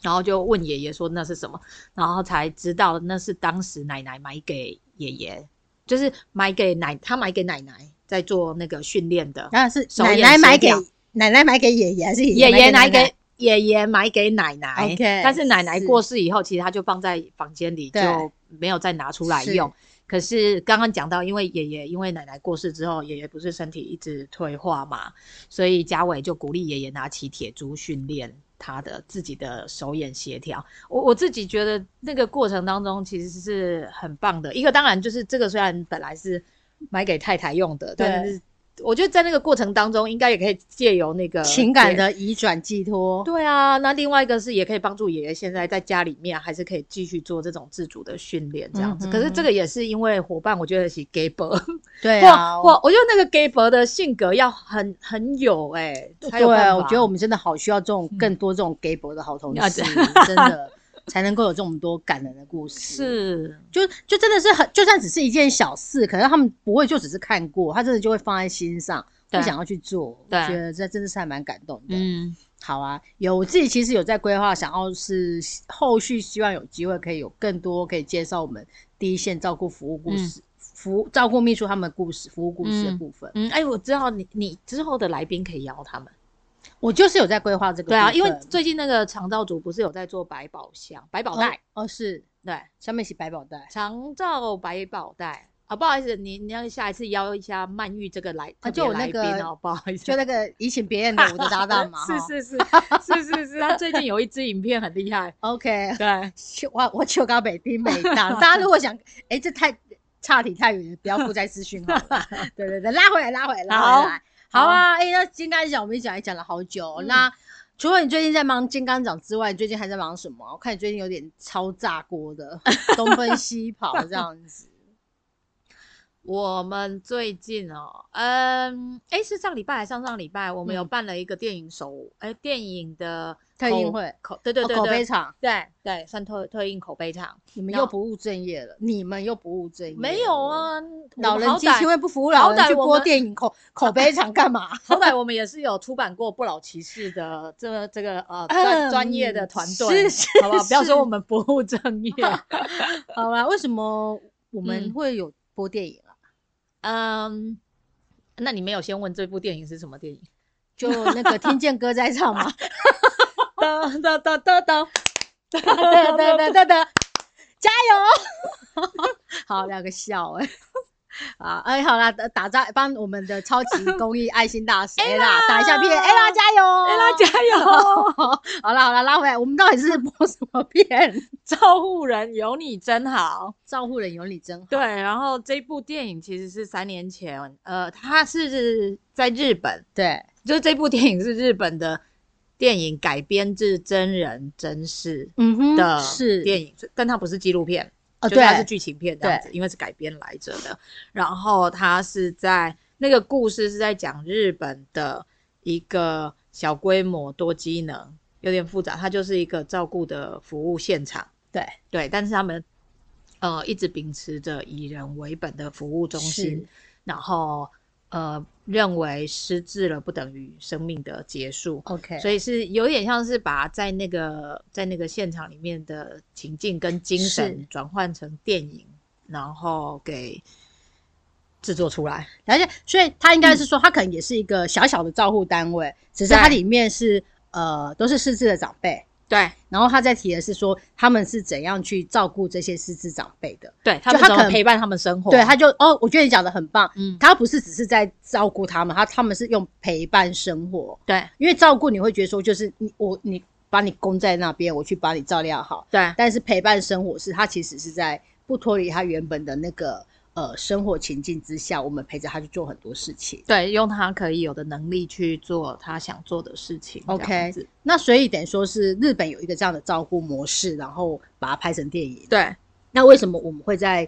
S2: 然后就问爷爷说那是什么，然后才知道那是当时奶奶买给爷爷，就是买给奶他买给奶奶在做那个训练的，
S3: 那是
S2: 手
S3: 奶
S2: 眼
S3: 奶买给
S2: 协调
S3: 奶奶买给爷爷，还是
S2: 爷
S3: 爷买
S2: 爷买给爷爷买给奶奶。
S3: OK，
S2: 但是奶奶过
S3: 世
S2: 世以后，其实他就放在房间里，
S3: 对
S2: 就没有再拿出来
S3: 是
S2: 用。可是刚刚讲到，因为爷爷因为奶奶过世之后，爷爷不是身体一直退化嘛，所以嘉伟就鼓励爷爷拿起铁珠训练他的自己的手眼协调。我我自己觉得那个过程当中其实是很棒的。一个当然就是这个虽然本来是买给太太用的，
S3: 对
S2: 但是我觉得在那个过程当中，应该也可以借由那个
S3: 情感
S2: 别
S3: 的移转寄托，
S2: 对啊，那另外一个是也可以帮助爷爷现在在家里面还是可以继续做这种自主的训练这样子。
S3: 嗯哼
S2: 可是这个也是因为伙伴，我觉得是 gay 伯、
S3: 对 啊，
S2: 或或我觉得那个 gay 伯的性格要很很有哎、欸，
S3: 对，
S2: 才
S3: 啊
S2: 有办法
S3: 我觉得我们真的好需要这种
S2: 嗯
S3: 更多这种 gable 的好同
S2: 啊
S3: 事
S2: 对，
S3: 真的。才能够有这么多感人的故事。
S2: 是，
S3: 就就真的是很，就算只是一件小事，可能他们不会就只是看过，他真的就会放在心上，
S2: 对
S3: 会想要去做。
S2: 对
S3: 我觉得这真的是还蛮感动的。
S2: 嗯，
S3: 好啊，有我自己其实有在规划，想要是后续希望有机会可以有更多可以介绍我们第一线照顾服务故事。服务照顾秘书他们的故事，服务故事的部分，
S2: 嗯嗯，哎，我知道你你之后的来宾可以邀他们。
S3: 我就是有在规划这个部
S2: 对
S3: 分。哦
S2: 啊，因为最近那个长照组不是有在做百宝箱、百宝袋？
S3: 哦哦是
S2: 对，
S3: 上面写百宝袋
S2: 长照百宝袋啊，不好意思，你你要下一次邀一下曼玉这个来，
S3: 啊
S2: 特
S3: 就
S2: 别
S3: 我那
S2: 来
S3: 个
S2: 宾哦，不好意思，
S3: 就那个移情别恋 的我的搭档嘛，
S2: 是
S3: 哈
S2: 是是是是是，他最近有一支影片很厉害，
S3: ，OK，
S2: 对，
S3: 去我我求高北听北 大，大家如果想，哎、这太差题太远，不要附在资讯好 了。对对对，拉回来，拉回来，拉回来。好啊，哎、那金刚奖我们也讲也讲了好久、
S2: 嗯
S3: 那除了你最近在忙金刚奖之外，你最近还在忙什么？我看你最近有点超炸锅的，东奔西跑这样 子。
S2: 我们最近哦，嗯，哎，是上礼拜还是上上礼拜，我们有
S3: 嗯
S2: 办了一个电影首，哎，电影的
S3: 特映
S2: 口
S3: 会
S2: 口，对对
S3: 哦
S2: 对
S3: 口碑
S2: 对，
S3: 场，
S2: 对对，算特特映口碑场，
S3: 你们
S2: 然后
S3: 又不务正业了，你们又不务正业。
S2: 没有，啊，
S3: 老
S2: 我们
S3: 人
S2: 好
S3: 基金
S2: 歹
S3: 会不服务老
S2: 好
S3: 人
S2: 歹
S3: 去
S2: 我
S3: 播
S2: 们
S3: 电影口口碑场干嘛？
S2: 好歹我们也是有出版过《不老骑士》的这这个呃专
S3: 嗯
S2: 专业的团队，
S3: 是是
S2: 好不好？不要
S3: 是
S2: 说我们不务正 业。
S3: 好啦，为什么我们
S2: 嗯
S3: 会有播电影啊？
S2: 嗯，那你没有先问这部电影是什么电影？
S3: 就 那个听见歌在唱 嘛，
S2: 噔噔噔噔噔，
S3: 哒 哒哒哒哒，加油！ 好，两个笑哎、啊，哎、好啦，打打造帮我们的超 级公益爱心大使 A 啦打一下片，A 啦加油
S2: 哎，大家有
S3: 好啦好啦，拉回来，我们到底是播什么片？
S2: 照顾人有你真好。
S3: 照护人有你真好，
S2: 对，然后这部电影其实是三年前，呃，它是在日本，
S3: 对，
S2: 就是这部电影是日本的电影改编自真人真事
S3: 嗯哼
S2: 的
S3: 是
S2: 电影，但它不是纪录片。
S3: 哦，
S2: 就是
S3: 对，
S2: 它是剧情片这样子，因为是改编来着的。然后它是在那个故事是在讲日本的一个小规模多机能，有点复杂，它就是一个照顾的服务现场。
S3: 对
S2: 对，但是他们呃一直秉持着以人为本的服务中心
S3: 是，
S2: 然后呃认为失智了不等于生命的结束。
S3: OK，
S2: 所以是有点像是把在那个在那个现场里面的情境跟精
S3: 是
S2: 神转换成电影，然后给制作出来。
S3: 而且，所以他应该是说，他可能也是一个小小的照护单位，只是它
S2: 对
S3: 里面是呃都是失智的长辈，
S2: 对
S3: 然后他在提的是说他们是怎样去照顾这些失智长辈的。
S2: 对，他
S3: 就
S2: 们
S3: 他
S2: 怎
S3: 可
S2: 么
S3: 能
S2: 陪伴他们生活？
S3: 对，他就哦，我觉得你讲的很棒。
S2: 嗯，
S3: 他不是只是在照顾他们，他他们是用陪伴生活，
S2: 对
S3: 因为照顾你会觉得说，就是你我你把你供在那边，我去把你照料好。
S2: 对
S3: 但是陪伴生活是他其实是在不脱离他原本的那个呃生活情境之下，我们陪着他去做很多事情。
S2: 对，用他可以有的能力去做他想做的事情。
S3: OK
S2: 这样子
S3: 那所以等于说是日本有一个这样的照顾模式，然后把它拍成电影。
S2: 对
S3: 那为什么我们会在？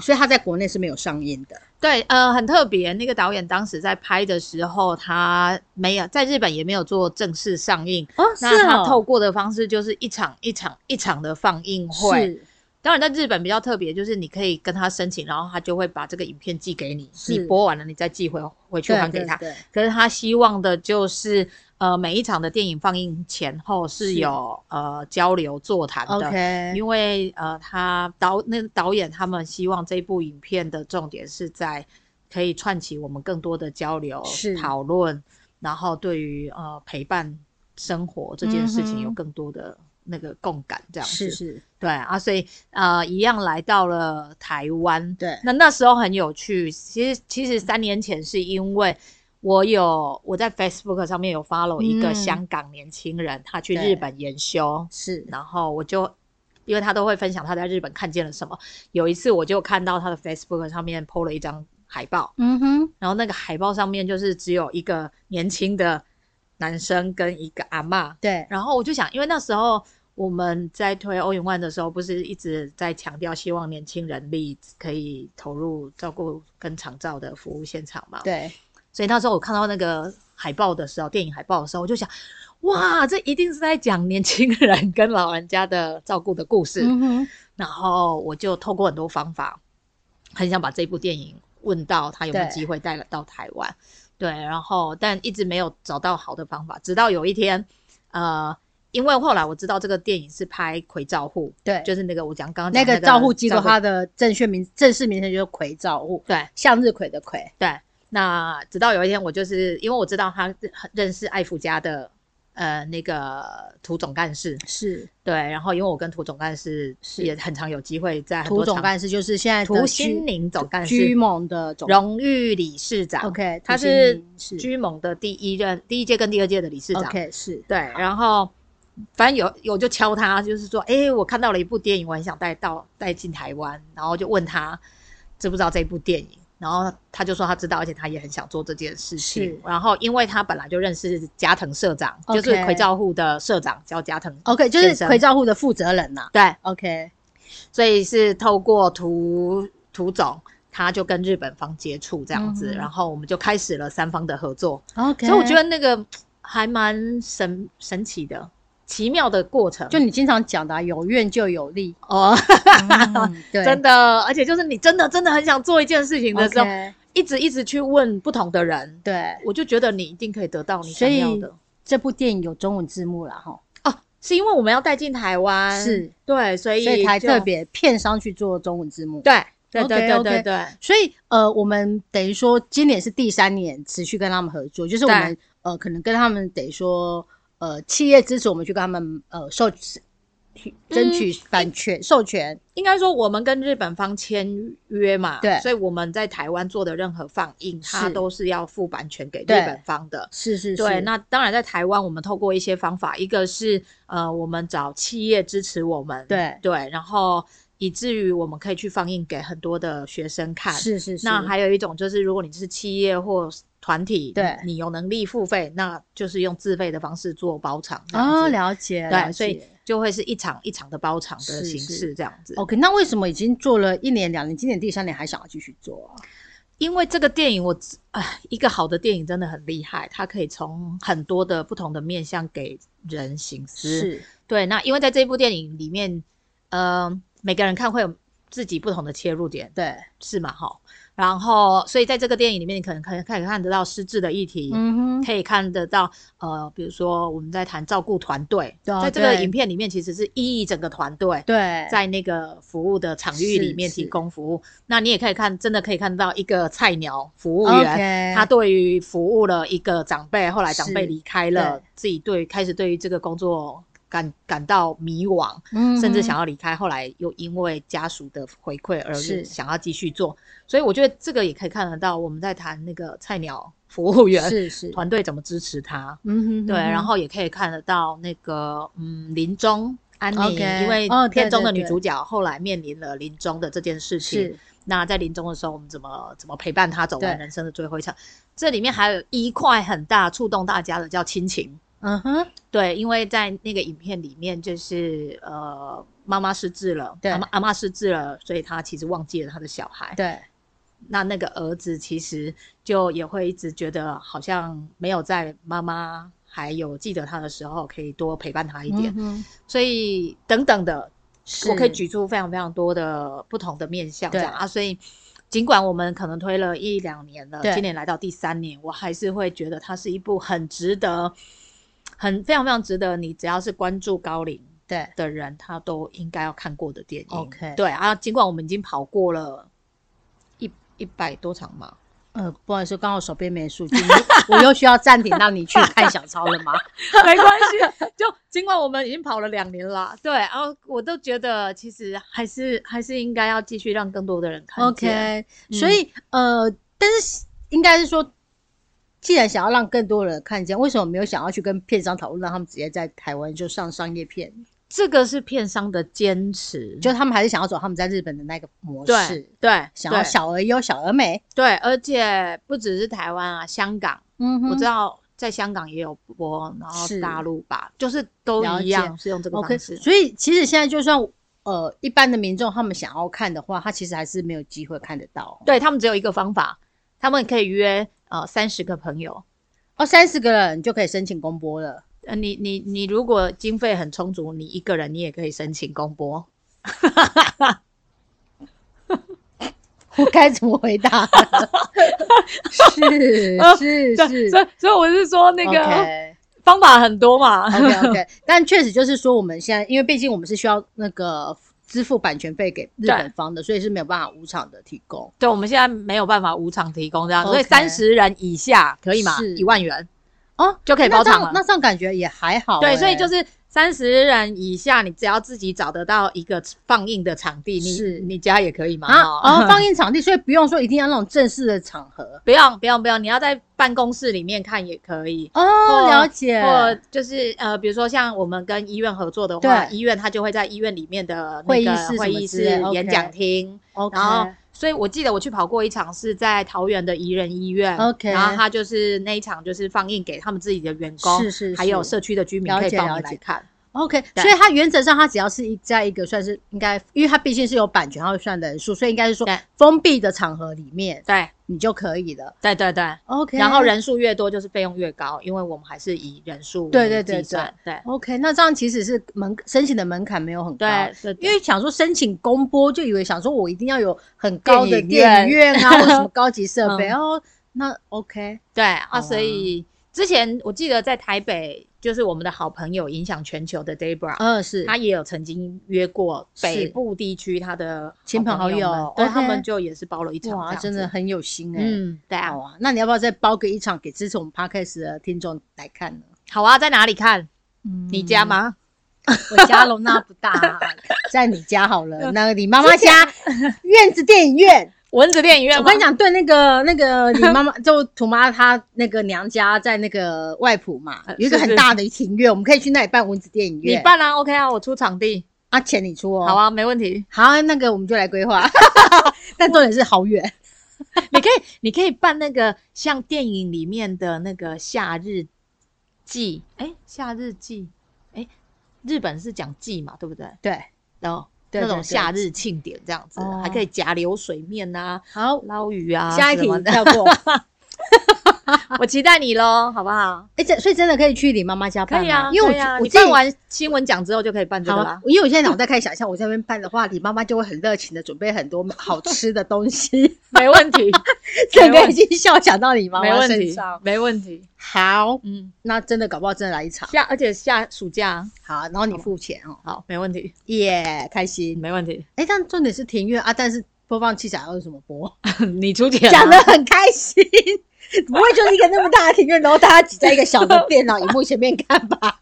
S3: 所以它在国内是没有上映的。
S2: 对，呃，很特别。那个导演当时在拍的时候，他没有在日本也没有做正式上映，
S3: 哦，
S2: 那他透过的方式就是一场一场一场的放映会。
S3: 是
S2: 当然，在日本比较特别，就是你可以跟他申请，然后他就会把这个影片寄给你，
S3: 是
S2: 你播完了，你再寄回回去还给他。
S3: 对对对
S2: 可是他希望的就是，呃，每一场的电影放映前后是
S3: 是
S2: 有呃交流座谈的。
S3: OK，
S2: 因为呃，他导那个导演他们希望这部影片的重点是在可以串起我们更多的交流
S3: 是、
S2: 讨论，然后对于呃陪伴生活这件事情有
S3: 嗯哼
S2: 更多的那个共感，这样子。
S3: 是是，
S2: 对啊，所以呃，一样来到了台湾。
S3: 对
S2: 那那时候很有趣，其实其实三年前是因为我有我在 Facebook 上面有 follow 一个
S3: 嗯
S2: 香港年轻人，他去
S3: 对
S2: 日本研修，
S3: 是
S2: 然后我就因为他都会分享他在日本看见了什么，有一次我就看到他的 Facebook 上面 PO 了一张海报，
S3: 嗯哼，
S2: 然后那个海报上面就是只有一个年轻的男生跟一个阿嬷，
S3: 对
S2: 然后我就想，因为那时候我们在推欧运万的时候，不是一直在强调希望年轻人力可以投入照顾跟长照的服务现场嘛？。
S3: 对
S2: 所以那时候我看到那个海报的时候，电影海报的时候，我就想，哇，这一定是在讲年轻人跟老人家的照顾的故事。
S3: 嗯哼，
S2: 然后我就透过很多方法，很想把这部电影问到他有没有
S3: 对
S2: 机会带了到台湾。对，然后但一直没有找到好的方法，直到有一天，呃，因为后来我知道这个电影是拍奎照户，
S3: 对，
S2: 就是那个我讲刚刚
S3: 那
S2: 讲
S3: 个
S2: 个
S3: 照护机构，
S2: 照
S3: 它的正确名正式名称就是葵照护，
S2: 对
S3: 向日葵的葵。
S2: 对。那直到有一天，我就是因为我知道他认识艾福家的呃那个涂总干事，
S3: 是
S2: 对，然后因为我跟涂总干事
S3: 是
S2: 也很常有机会在很
S3: 涂
S2: 多
S3: 总
S2: 场
S3: 干事，就是现在的
S2: 涂
S3: 居
S2: 心凌总干
S3: 居
S2: 事
S3: 盟的总
S2: 荣誉理事长
S3: OK，
S2: 他
S3: 涂心凌
S2: 是
S3: 是
S2: 居盟的第一任、第一届跟第二届的理事长。
S3: OK 是
S2: 对，然后反正有有就敲他，就是说，哎、我看到了一部电影，我很想带到带进台湾，然后就问他知不知道这部电影，然后他就说他知道，而且他也很想做这件事
S3: 是
S2: 情。然后因为他本来就认识加藤社长
S3: OK 哦
S2: 就是奎照户的社长叫加藤
S3: OK，就
S2: 先
S3: 是
S2: 生
S3: 葵照护的负责人呐、
S2: 对，
S3: OK
S2: 所以是透过涂涂总。他就跟日本方接触这样子，
S3: 嗯
S2: 然后我们就开始了三方的合作。
S3: OK，
S2: 所以我觉得那个还蛮神神奇的、奇妙的过程。
S3: 就你经常讲的啊、有愿就有利，
S2: 哦，
S3: 嗯、对，
S2: 真的，而且就是你真的真的很想做一件事情的时候
S3: OK，
S2: 一直一直去问不同的人，
S3: 对，
S2: 我就觉得你一定可以得到你
S3: 所
S2: 想
S3: 以
S2: 要的。
S3: 这部电影有中文字幕了哈，
S2: 哦，是因为我们要带进台湾，
S3: 是
S2: 对，所以
S3: 所以才
S2: 就
S3: 特别片商去做中文字幕。，
S2: 对对对
S3: OK，OK
S2: 对对对，
S3: 所以呃，我们等于说今年是第三年持续跟他们合作，就是我
S2: 对
S3: 们呃可能跟他们等于说呃企业支持我们去跟他们呃授
S2: 嗯
S3: 争取版权、授权，
S2: 应该说我们跟日本方签约嘛，
S3: 对
S2: 所以我们在台湾做的任何放映，它
S3: 是
S2: 都是要付版权给日
S3: 对
S2: 本方的。
S3: 是是是，
S2: 对，那当然在台湾，我们透过一些方法，一个是呃，我们找企业支持我们，
S3: 对
S2: 对，然后以至于我们可以去放映给很多的学生看。
S3: 是是是，
S2: 那还有一种就是，如果你是企业或团体，
S3: 对
S2: 你有能力付费，那就是用自费的方式做包场这样子。
S3: 哦，了解，了
S2: 对，所以
S3: 解
S2: 就会是一场一场的包场的
S3: 是
S2: 形
S3: 是哦
S2: 式这样子。
S3: OK，那为什么已经做了一年、两年，今年第三年还想要继续做啊？
S2: 因为这个电影我，哎，一个好的电影真的很厉害，它可以从很多的不同的面向给人醒思。对，那因为在这部电影里面，呃，每个人看会有自己不同的切入点，
S3: 对，
S2: 是嘛？哈，然后所以在这个电影里面，你可能可以可以看得到失智的议题，
S3: 嗯哼，
S2: 可以看得到呃，比如说我们在谈照顾团队，
S3: 对啊
S2: 在这个
S3: 对
S2: 影片里面其实是意义整个团队。
S3: 对，
S2: 在那个服务的场域里面
S3: 是是
S2: 提供服务，那你也可以看，真的可以看到一个菜鸟服务
S3: 哦
S2: 员
S3: OK，
S2: 他对于服务了一个长辈，后来长
S3: 哎
S2: 辈
S3: 是
S2: 离开了
S3: 对，
S2: 自己对开始对于这个工作感感到迷惘，
S3: 嗯
S2: 甚至
S3: 哼
S2: 想要离开，后来又因为家属的回馈而
S3: 是
S2: 想要继续做，所以我觉得这个也可以看得到，我们在谈那个菜鸟服务员
S3: 是是，
S2: 团队怎么支持他，
S3: 嗯哼，
S2: 对，
S3: 嗯
S2: 然
S3: 哼
S2: 后也可以看得到那个嗯临终安妮
S3: OK，
S2: 呃因为
S3: 哦对
S2: 片中的
S3: 对
S2: 女
S3: 对
S2: 主角后来面临了临终的这件事情，
S3: 是
S2: 那在临终的时候，我们怎么怎么陪伴她走完
S3: 对
S2: 人生的最后一程？这里面还有一块很大触动大家的叫亲情，
S3: 嗯哼，
S2: 对，因为在那个影片里面，就是呃，妈妈失智了，
S3: 对
S2: 阿妈阿妈失智了，所以她其实忘记了她的小孩。
S3: 对，
S2: 那那个儿子其实就也会一直觉得好像没有在妈妈还有记得他的时候，可以多陪伴他一点，
S3: 嗯哼
S2: 所以等等的，我可以
S3: 是
S2: 举出非常非常多的不同的面向这
S3: 对
S2: 样啊，所以。尽管我们可能推了一两年了
S3: 对，
S2: 今年来到第三年，我还是会觉得它是一部很值得、很非常非常值得你只要是关注高龄
S3: 对
S2: 的人，他都应该要看过的电影。
S3: OK
S2: 对啊，尽管我们已经跑过了一一百多场嘛，
S3: 呃，不好意思，刚好手边没 数据，我我又需要暂停让你去看小抄了吗？
S2: 没关系，就尽管我们已经跑了两年啦，对，然、后我都觉得其实还是还是应该要继续让更多的人看见。
S3: OK，所以、
S2: 嗯
S3: 呃，但是应该是说，既然想要让更多人看见，为什么没有想要去跟片商讨论，让他们直接在台湾就上商业片？
S2: 这个是片商的坚持，
S3: 就他们还是想要走他们在日本的那个模式
S2: 对，对，
S3: 想要
S2: 对
S3: 小而优、小而美。
S2: 对，而且不只是台湾啊，香港、
S3: 嗯哼
S2: 我知道。在香港也有播，然后
S3: 是
S2: 大陆吧，就是都
S3: 了
S2: 一
S3: 解
S2: 样，是用这个
S3: OK，
S2: 方式。
S3: 所以其实现在就算呃一般的民众他们想要看的话，他其实还是没有机会看得到。
S2: 对他们只有一个方法，他们可以约呃三十个朋友。
S3: 哦，三十个人就可以申请公播了。
S2: 呃，你你你如果经费很充足，你一个人你也可以申请公播。
S3: 我该怎么回 答？是
S2: 哦
S3: 是是
S2: 所以所以我是说那个
S3: OK
S2: 方法很多嘛。
S3: OK OK，但 确实就是说，我们现在因为毕竟我们是需要那个支付版权费给日本方的，所以是没有办法无偿的提供。
S2: 对，我们现在没有办法无偿提供这样，所以
S3: OK
S2: 三十人以下可以吗？
S3: 是
S2: 一万元
S3: 哦
S2: 就可以包
S3: 那这
S2: 场
S3: 样
S2: 了。
S3: 那这样感觉也还好欸、
S2: 对，所以就是三十人以下，你只要自己找得到一个放映的场地，你
S3: 是
S2: 你家也可以嘛？
S3: 啊，
S2: 哦
S3: 哦，放映场地，所以不用说一定要那种正式的场合。
S2: 不用不用不用，你要在办公室里面看也可以。
S3: 哦，
S2: 或
S3: 了解。
S2: 或就是呃，比如说像我们跟医院合作的话，
S3: 对
S2: 医院它就会在医院里面的那
S3: 会议
S2: 个
S3: 室什
S2: 会
S3: 么
S2: 议
S3: 之
S2: 室
S3: 类，OK
S2: 演讲厅，
S3: OK，
S2: 然后，所以我记得我去跑过一场是在桃园的宜人医院
S3: OK
S2: 然后他就是那一场就是放映给他们自己的员工，
S3: 是是
S2: 还有
S3: 是
S2: 社区的居民
S3: 了
S2: 可以
S3: 解
S2: 报
S3: 了
S2: 名来
S3: 解
S2: 看。
S3: OK，
S2: 对
S3: 所以它原则上它只要是一在一个算是应该，因为它毕竟是有版权，它会算人数，所以应该是说
S2: 对
S3: 封闭的场合里面
S2: 对
S3: 你就可以了。
S2: 对对对。
S3: OK，
S2: 然后人数越多，就是费用越高，因为我们还是以人数
S3: 对
S2: 为
S3: 对对
S2: 计算对
S3: OK，那这样其实是门申请的门槛没有很高。
S2: 对对对，
S3: 因为想说申请公播，就以为想说我一定要有很高的
S2: 电影院
S3: 电影院啊，或者什么高级设备。
S2: 嗯
S3: 哦，那 OK，
S2: 对
S3: 好
S2: 啊，
S3: 啊
S2: 所以之前我记得在台北，就是我们的好朋友影响全球的 Debra，、
S3: 嗯是
S2: 他也有曾经约过北
S3: 是
S2: 部地区他的
S3: 亲朋好
S2: 好
S3: 友
S2: 们对
S3: OK
S2: 他们就也是包了一场这
S3: 哇，
S2: 样子，
S3: 真的很有心哎、
S2: 嗯，对啊
S3: 好，啊，那你要不要再包个一场给支持我们 podcast 的听众来看呢？
S2: 好啊，在哪里看？
S3: 嗯
S2: 你家？吗？嗯
S3: 我家容纳不大、
S2: 啊
S3: 在你家好了。那你妈妈家院子电影院，
S2: 蚊子电影院
S3: 我
S2: 吗
S3: 跟你讲，对那个那个你妈妈就土妈她那个娘家在那个外埔嘛，
S2: 呃
S3: 有一个
S2: 是
S3: 很
S2: 是
S3: 大的庭院，我们可以去那里办蚊子电影
S2: 你
S3: 院。
S2: 办啊，OK 啊，我出场地，
S3: 啊，钱你出哦。
S2: 好，啊，没问题。
S3: 好，那个我们就来规划。但重点是好远，
S2: 你可以，你可以办那个像电影里面的那个夏日祭，哎、夏日祭，哎、日本是讲祭嘛，对不对？
S3: 对，
S2: 然后
S3: 对
S2: 那
S3: 对
S2: 种
S3: 对
S2: 夏日庆典这样子，
S3: 哦
S2: 还可以夹流水面啊、
S3: 好，
S2: 捞鱼啊，
S3: 下一题
S2: 什么的
S3: 跳过。
S2: 我期待你喽，好不好？
S3: 哎，这所以真的可以去你妈妈家办
S2: 可以啊
S3: 吗，因为我
S2: 可以啊
S3: 我
S2: 你
S3: 自己
S2: 办完新闻奖之后就可以办这
S3: 好
S2: 个
S3: 啊
S2: 啦，。
S3: 因为我现在脑袋开始想象，我在那边办的话，你妈妈就会很热情的准备很 多好吃的东西，
S2: 没问题，
S3: 整个已经笑想到你妈
S2: 没
S3: 妈
S2: 问
S3: 身
S2: 题
S3: 上。，
S2: 没问题。
S3: 好，
S2: 嗯，
S3: 那真的搞不好真的来一场。
S2: 下而且下暑假
S3: 好，然后你付钱哦，
S2: 好，没问题，
S3: 耶、开心。
S2: 没问题，
S3: 哎，但重点是庭院啊，但是播放器材要用什么播？
S2: 你出 钱啊
S3: 讲的很开心，不会就是一个那么大的庭院，然后大家挤在一个小的电脑荧幕前面看吧？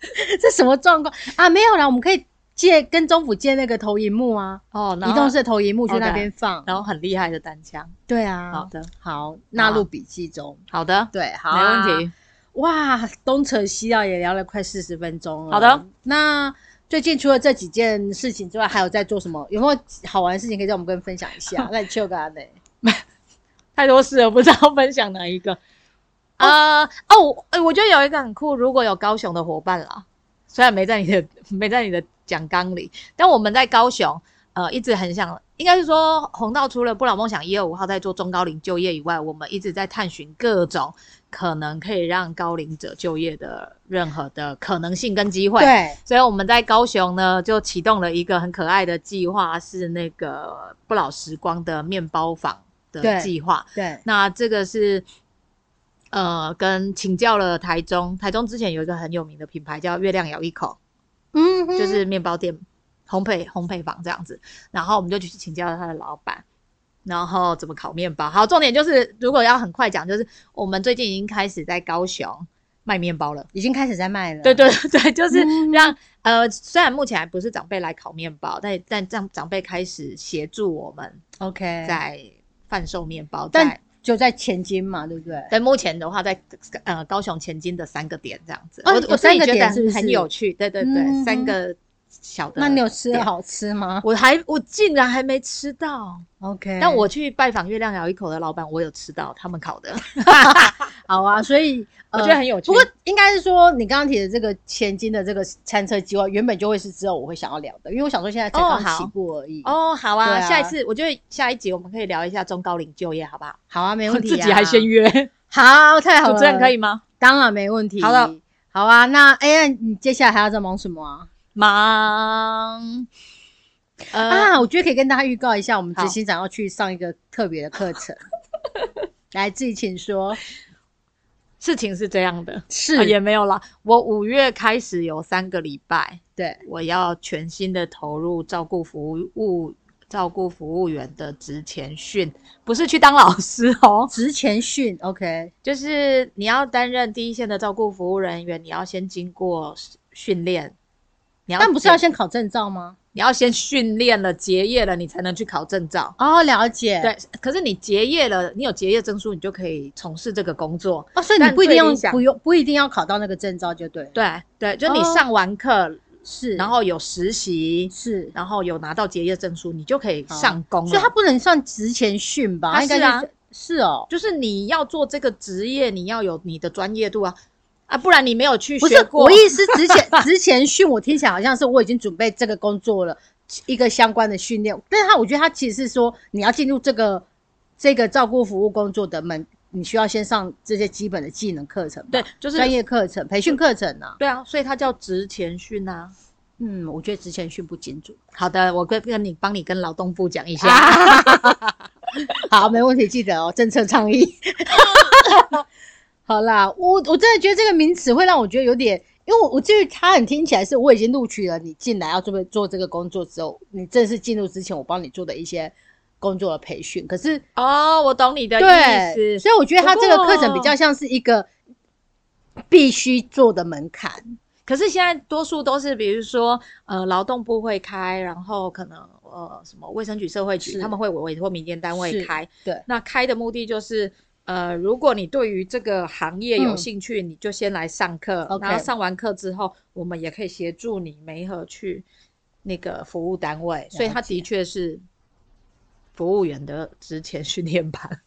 S3: 这什么状况啊？没有啦，我们可以借跟中府借那个投影幕啊，
S2: 哦，然
S3: 移
S2: 后
S3: 动式的投影幕去那
S2: OK
S3: 边放。
S2: 然后很厉害的单枪。
S3: 对啊，
S2: 好的，
S3: 好，纳入笔记中。
S2: 好的，
S3: 对，好、啊
S2: 没问
S3: 题。
S2: 题。
S3: 哇，东扯西绕也聊了快四十分钟了。啊
S2: 好的，
S3: 那最近除了这几件事情之外，还有在做什么？有没有好玩的事情可以让我们跟分享一 下？那你去干呢？
S2: 太多事了，不知道分享哪一个。啊哦，我哎我觉得有一个很酷，如果有高雄的伙伴啦，虽然没在你的 没在你的讲纲里，但我们在高雄，呃，一直很想，应该是说红道除了不老梦想一二五号在做中高龄就业以外，我们一直在探寻各种可能可以让高龄者就业的任何的可能性跟机会。
S3: 对，
S2: 所以我们在高雄呢，就启动了一个很可爱的计划，是那个不老时光的面包坊
S3: 对
S2: 的计划。
S3: 对，
S2: 那这个是呃，跟请教了台中，台中之前有一个很有名的品牌叫月亮咬一口，
S3: 嗯哼，
S2: 就是面包店烘焙烘焙坊这样子。然后我们就去请教了他的老板，然后怎么烤面包。好，重点就是如果要很快讲，就是我们最近已经开始在高雄卖面包了。
S3: 已经开始在卖了。
S2: 对对对，就是
S3: 嗯
S2: 让、呃，虽然目前还不是长辈来烤面包，但但让长辈开始协助我们
S3: ，OK，
S2: 在贩售面包。
S3: 但
S2: 在
S3: 就在前金嘛，对不对？
S2: 对目前的话在，呃高雄前金的三个点这样子，
S3: 哦
S2: 我
S3: 有
S2: 我自己
S3: 三个
S2: 觉得
S3: 点是不
S2: 很很
S3: 是
S2: 有趣。对对对，
S3: 嗯
S2: 三
S3: 哼
S2: 个小的。
S3: 那你有吃？好吃吗
S2: 我还我竟然还没吃到，
S3: ？OK，
S2: 但我去拜访月亮咬一口的老板，我有吃到他们烤的。
S3: 好啊，所以、
S2: 我
S3: 呃、
S2: 觉得很有趣。
S3: 不过应该是说，你刚刚提的这个前进的这个餐车计划，原本就会是之后我会想要聊的，因为我想说现在才
S2: 哦
S3: 刚
S2: 好
S3: 起步而已。
S2: 哦，好啊，
S3: 对啊
S2: 下一次我觉得下一集我们可以聊一下中高龄就业，好不好？
S3: 好啊，没
S2: 我
S3: 问题、啊。
S2: 自己还 先约，
S3: 好，太好了。
S2: 主持人可以？吗？
S3: 当然没问题。
S2: 好的，
S3: 好啊。那哎呀，你接下来还要再忙什么啊？
S2: 忙，呃，
S3: 啊，我觉得可以跟大家预告一下，我们
S2: 好
S3: 执行长要去上一个特别的课程。 来，自己请说。
S2: 事情是这样的，
S3: 是
S2: 啊也没有啦。我五月开始有三个礼拜，
S3: 对，
S2: 我要全心的投入照顾服务照顾服务员的职前训，不是去当老师哦，
S3: 职前训，OK，
S2: 就是你要担任第一线的照顾服务人员，你要先经过训练。你要
S3: 但不是要
S2: 先
S3: 先考证照吗？
S2: 你要先训练了结业了，你才能去考证照。
S3: 哦，了解。，
S2: 对，可是你结业了，你有结业证书，你就可以从事这个工作。
S3: 哦，所以你
S2: 但
S3: 不一定
S2: 最
S3: 要
S2: 理想
S3: 不用不一定要考到那个证照就对了。
S2: 对对，就你
S3: 哦
S2: 上完课，
S3: 是，
S2: 然后有实习，
S3: 是，
S2: 然后有拿到结业证书，你就可以上工了。
S3: 所以他不能算职前训吧？
S2: 他
S3: 他应该
S2: 是啊
S3: 就就是哦，
S2: 就是你要做这个职业，你要有你的专业度啊啊，不然你没有去
S3: 不
S2: 学
S3: 是
S2: 过。
S3: 我意思，职前职前训，我听起来好像是我已经准备这个工作了，一个相关的训练。但是他我觉得他其实是说，你要进入这个这个照顾服务工作的门，你需要先上这些基本的技能课程吧，
S2: 对，就是
S3: 专业课程、培训课程啊。
S2: 对啊，所以它叫职前训啊。
S3: 嗯，我觉得职前训不清楚。
S2: 好的，我跟跟你帮你跟劳动部讲一下。
S3: 啊好，没问题，记得哦，政策倡议。 好啦，我我真的觉得这个名词会让我觉得有点，因为我我至于它很听起来是我已经录取了你进来要做做这个工作之后，你正式进入之前我帮你做的一些工作的培训，可是
S2: 哦，我懂你的
S3: 对，
S2: 意思。
S3: 所以我觉得它这个课程
S2: 不
S3: 比
S2: 过
S3: 较像是一个必须做的门槛，
S2: 可是现在多数都是，比如说呃，劳动部会开，然后可能呃什么卫生局、社会局
S3: 是
S2: 他们会委托民间单位
S3: 是
S2: 开。
S3: 对，
S2: 那开的目的就是，呃，如果你对于这个行业有
S3: 嗯
S2: 兴趣，你就先来上课，
S3: OK
S2: 然后上完课之后，我们也可以协助你媒合去那个服务单位，所以它的确是服务员的职前训练 班。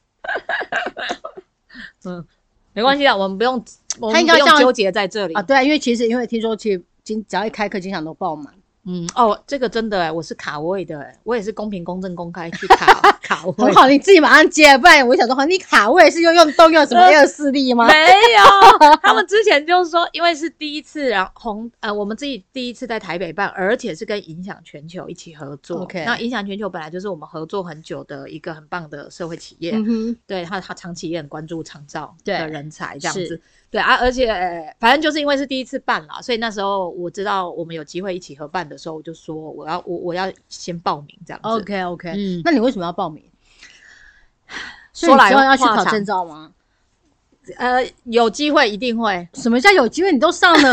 S2: 嗯，没关系啊，我们不用，我
S3: 它
S2: 们
S3: 应
S2: 不
S3: 该
S2: 用
S3: 像
S2: 纠结在这里
S3: 啊，。对啊，因为其实因为听说其实经只要一开课，经常都爆满。
S2: 嗯，哦，这个真的哎，我是卡位的哎，我也是公平、公正、公开去卡 卡位，
S3: 很好，你自己马上接，不然我想说，你卡位是又用动用什么二势力吗？
S2: 没有，他们之前就是说，因为是第一次，然后红呃，我们自己第一次在台北办，而且是跟影响全球一起合作。
S3: OK
S2: 那影响全球本来就是我们合作很久的一个很棒的社会企业，
S3: 嗯哼，
S2: 对他他长期也很关注长照
S3: 对
S2: 的人才这样子
S3: 是。
S2: 对啊，而且、呃反正就是因为是第一次办啦，所以那时候我知道我们有机会一起合办的时候，我就说我要我我要先报名这样子。
S3: OK OK，、
S2: 嗯，
S3: 那你为什么要报名？所以
S2: 说
S3: 你
S2: 来
S3: 之后要去
S2: 话
S3: 考
S2: 长
S3: 证照吗？
S2: 呃有机会一定会。
S3: 什么叫有机会？你都上了，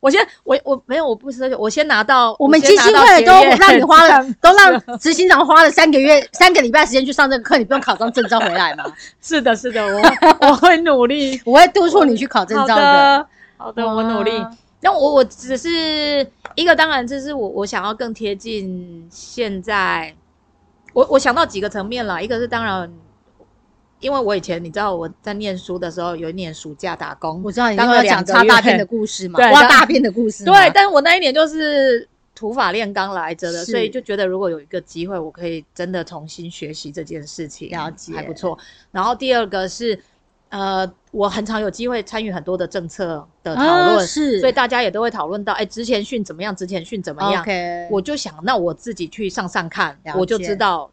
S2: 我先我我没有我不是我先拿到
S3: 我们
S2: 先
S3: 基
S2: 拿
S3: 金
S2: 到
S3: 会
S2: 结
S3: 都
S2: 业
S3: 让你花了
S2: 证，
S3: 都让执行长花了三个月、三个礼拜时间去上这个课，你不用考上证照回来吗？
S2: 是的是的，我我会努力
S3: 我会督促你去考 证
S2: 好
S3: 照
S2: 的好的，我努力。
S3: 哇
S2: 那我我只是一个，当然这是我我想要更贴近现在，我我想到几个层面了，一个是当然。因为我以前你知道我在念书的时候，有一年暑假打工，
S3: 我知道你
S2: 当
S3: 又要
S2: 了
S3: 讲
S2: 两个
S3: 插大
S2: 月
S3: 便的故事嘛，
S2: 对
S3: 挖
S2: 当
S3: 大便的故事嘛。
S2: 对，但是我那一年就是土法炼钢来着的，
S3: 是
S2: 所以就觉得如果有一个机会，我可以真的重新学习这件事情，
S3: 了解
S2: 还不错。然后第二个是，呃，我很常有机会参与很多的政策的讨论，
S3: 啊是，
S2: 所以大家也都会讨论到，哎，职前训怎么样？职前训怎么样
S3: OK，
S2: 我就想，那我自己去上上看
S3: 了，解
S2: 我就知道，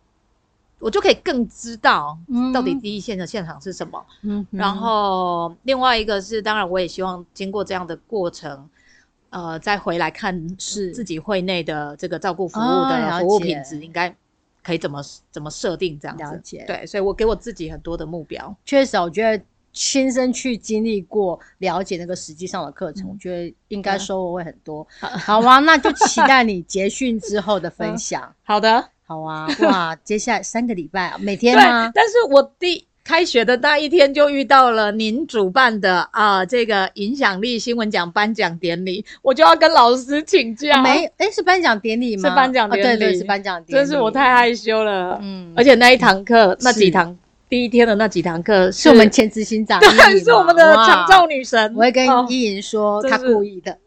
S2: 我就可以更知道
S3: 嗯
S2: 到底第一线的现场是什么。
S3: 嗯哼
S2: 然后另外一个是，当然我也希望经过这样的过程，呃，再回来看
S3: 是
S2: 自己会内的这个照顾服务
S3: 哦
S2: 的
S3: 了
S2: 服务
S3: 解
S2: 品质应该可以怎么怎么设定这样
S3: 了
S2: 子。
S3: 解
S2: 对，所以我给我自己很多的目标。
S3: 确实啊，我觉得亲身去经历过、了解那个实际上的课
S2: 嗯
S3: 程，我觉得应
S2: 啊
S3: 该收获会很多。好啊，那就期待你结训之后的分 享。
S2: 好的，
S3: 好啊，哇，接下来三个礼拜啊，每
S2: 对
S3: 天吗，？
S2: 但是我第。开学的那一天就遇到了您主办的啊、这个影响力新闻奖颁奖典礼，我就要跟老师请假，
S3: 啊没，哎，是颁奖典礼吗？
S2: 是颁奖典礼
S3: 哦对对，是颁奖典礼。
S2: 真是我太害羞了。
S3: 嗯，
S2: 而且那一堂课那
S3: 是
S2: 几堂第一天的那几堂课
S3: 是我们前执行长，
S2: 对， 是我们的长照
S3: 照。
S2: 女神。
S3: 我会跟
S2: 哦
S3: 依莹说，
S2: 真
S3: 她
S2: 是
S3: 故意的。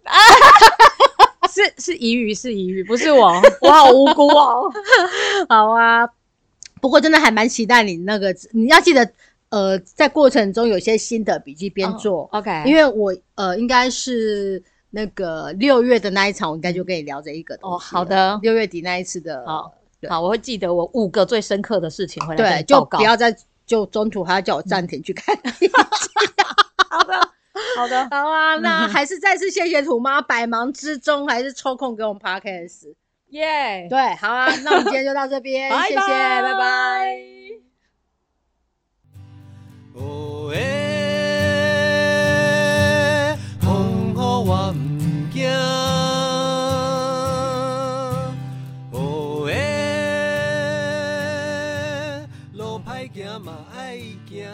S2: 是是怡语，是怡语，不是 我，我好无辜 哦。
S3: 好啊，不过真的还蛮期待你那个，你要记得，呃，在过程中有些新的笔记边
S2: 哦
S3: 做，
S2: OK，
S3: 因为我呃应该是那个六月的那一场，我应该就跟你聊这一个东西
S2: 哦好
S3: 了
S2: 的
S3: 六月底那一次的，
S2: 好
S3: 对
S2: 好，我会记得我五个最深刻的事情回来跟
S3: 对
S2: 你，
S3: 就
S2: 报告。
S3: 不要再就中途还要叫我暂停去 看。
S2: 好的，
S3: 好啊，那
S2: 嗯
S3: 还是再次谢谢土妈，百忙之中还是抽空给我们 podcast。
S2: 耶，
S3: 对，好啊，那我们今天就到这边，
S2: 拜
S3: 谢谢， 拜拜。
S1: 哦耶，风雨我毋惊。哦耶，路歹行嘛爱行。